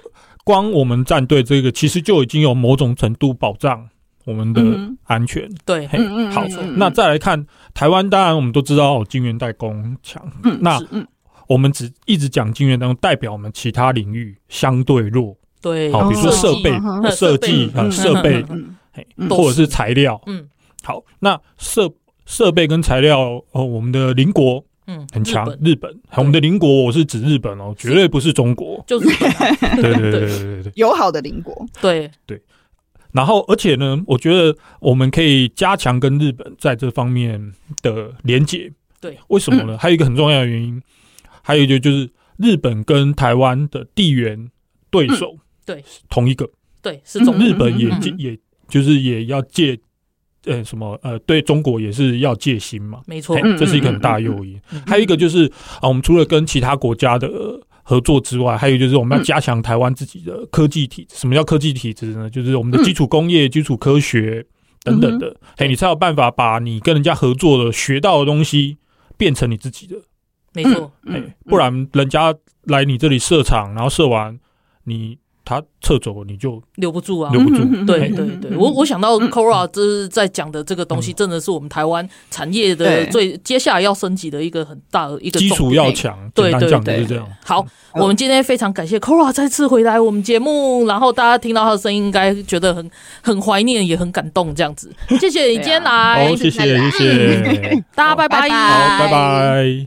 [SPEAKER 3] 光我们战队这个，其实就已经有某种程度保障我们的
[SPEAKER 2] 嗯
[SPEAKER 3] 安全。
[SPEAKER 1] 对
[SPEAKER 3] 嘿
[SPEAKER 2] 嗯嗯
[SPEAKER 3] 好
[SPEAKER 2] 嗯嗯，
[SPEAKER 3] 那再来看台湾，当然我们都知道哦金源代工强，那
[SPEAKER 1] 嗯是
[SPEAKER 3] 我们只一直讲金源代工，代表我们其他领域相对弱，
[SPEAKER 1] 对，
[SPEAKER 3] 好，比如说设
[SPEAKER 1] 计
[SPEAKER 3] 备
[SPEAKER 2] 嗯、
[SPEAKER 1] 嗯
[SPEAKER 3] 设计
[SPEAKER 1] 设、备
[SPEAKER 3] 呃
[SPEAKER 1] 嗯
[SPEAKER 3] 设备
[SPEAKER 1] 嗯嗯，
[SPEAKER 2] 嗯
[SPEAKER 3] 嘿
[SPEAKER 2] 嗯
[SPEAKER 3] 或者是材料。
[SPEAKER 1] 嗯
[SPEAKER 3] 好，那设设备跟材料，哦，我们的邻国
[SPEAKER 1] 嗯，
[SPEAKER 3] 很强
[SPEAKER 1] 日，本
[SPEAKER 3] 日本，好我们的邻国，我是指日本哦，绝对不是中国。
[SPEAKER 1] 就是日本啊
[SPEAKER 3] 对对对对对对对。
[SPEAKER 2] 友好的邻国，
[SPEAKER 1] 对，
[SPEAKER 3] 然后，而且呢，我觉得我们可以加强跟日本在这方面的连结。
[SPEAKER 1] 对，
[SPEAKER 3] 为什 么呢？还有一个很重要的原因，还有一个就是日本跟台湾的地缘对手，
[SPEAKER 1] 嗯对，
[SPEAKER 3] 同一个，
[SPEAKER 1] 对，是中
[SPEAKER 2] 嗯
[SPEAKER 3] 日本也
[SPEAKER 1] 嗯嗯
[SPEAKER 3] 戒也就是也要戒，呃，什么呃，对中国也是要戒心嘛，
[SPEAKER 1] 没错
[SPEAKER 3] 嘿，这是一个很大的诱因。还有一个就是啊，我们除了跟其他国家的呃合作之外，还有就是我们要加强台湾自己的科技体。什么叫科技体制呢？就是我们的基础工业、基础科学等等的，嘿，你才有办法把你跟人家合作的学到的东西变成你自己的，
[SPEAKER 1] 没错，
[SPEAKER 3] 哎，不然人家来你这里设厂，然后设完你他撤走，你就
[SPEAKER 1] 留不住啊
[SPEAKER 3] 留。不住。哎嗯
[SPEAKER 1] 对
[SPEAKER 3] 嘿
[SPEAKER 1] 对对，我我想到 Cora 就是在讲的这个
[SPEAKER 3] 嗯
[SPEAKER 1] 东西，真的是我们台湾产业的
[SPEAKER 2] 对
[SPEAKER 1] 最接下来要升级的一个很大的一个
[SPEAKER 3] 基
[SPEAKER 1] 重
[SPEAKER 3] 础
[SPEAKER 1] 点
[SPEAKER 3] 要嗯强，
[SPEAKER 1] 对
[SPEAKER 3] 简单
[SPEAKER 1] 对
[SPEAKER 3] 讲
[SPEAKER 1] 对
[SPEAKER 3] 就是这样。
[SPEAKER 1] 好，我们今天非常感谢 Cora 再次回来我们节目，然后大家听到她的声音，应该觉得很很怀念，也很感动，这样子。谢谢你今天来，
[SPEAKER 3] 好，谢谢谢谢，
[SPEAKER 1] 大家拜
[SPEAKER 3] 好，拜拜。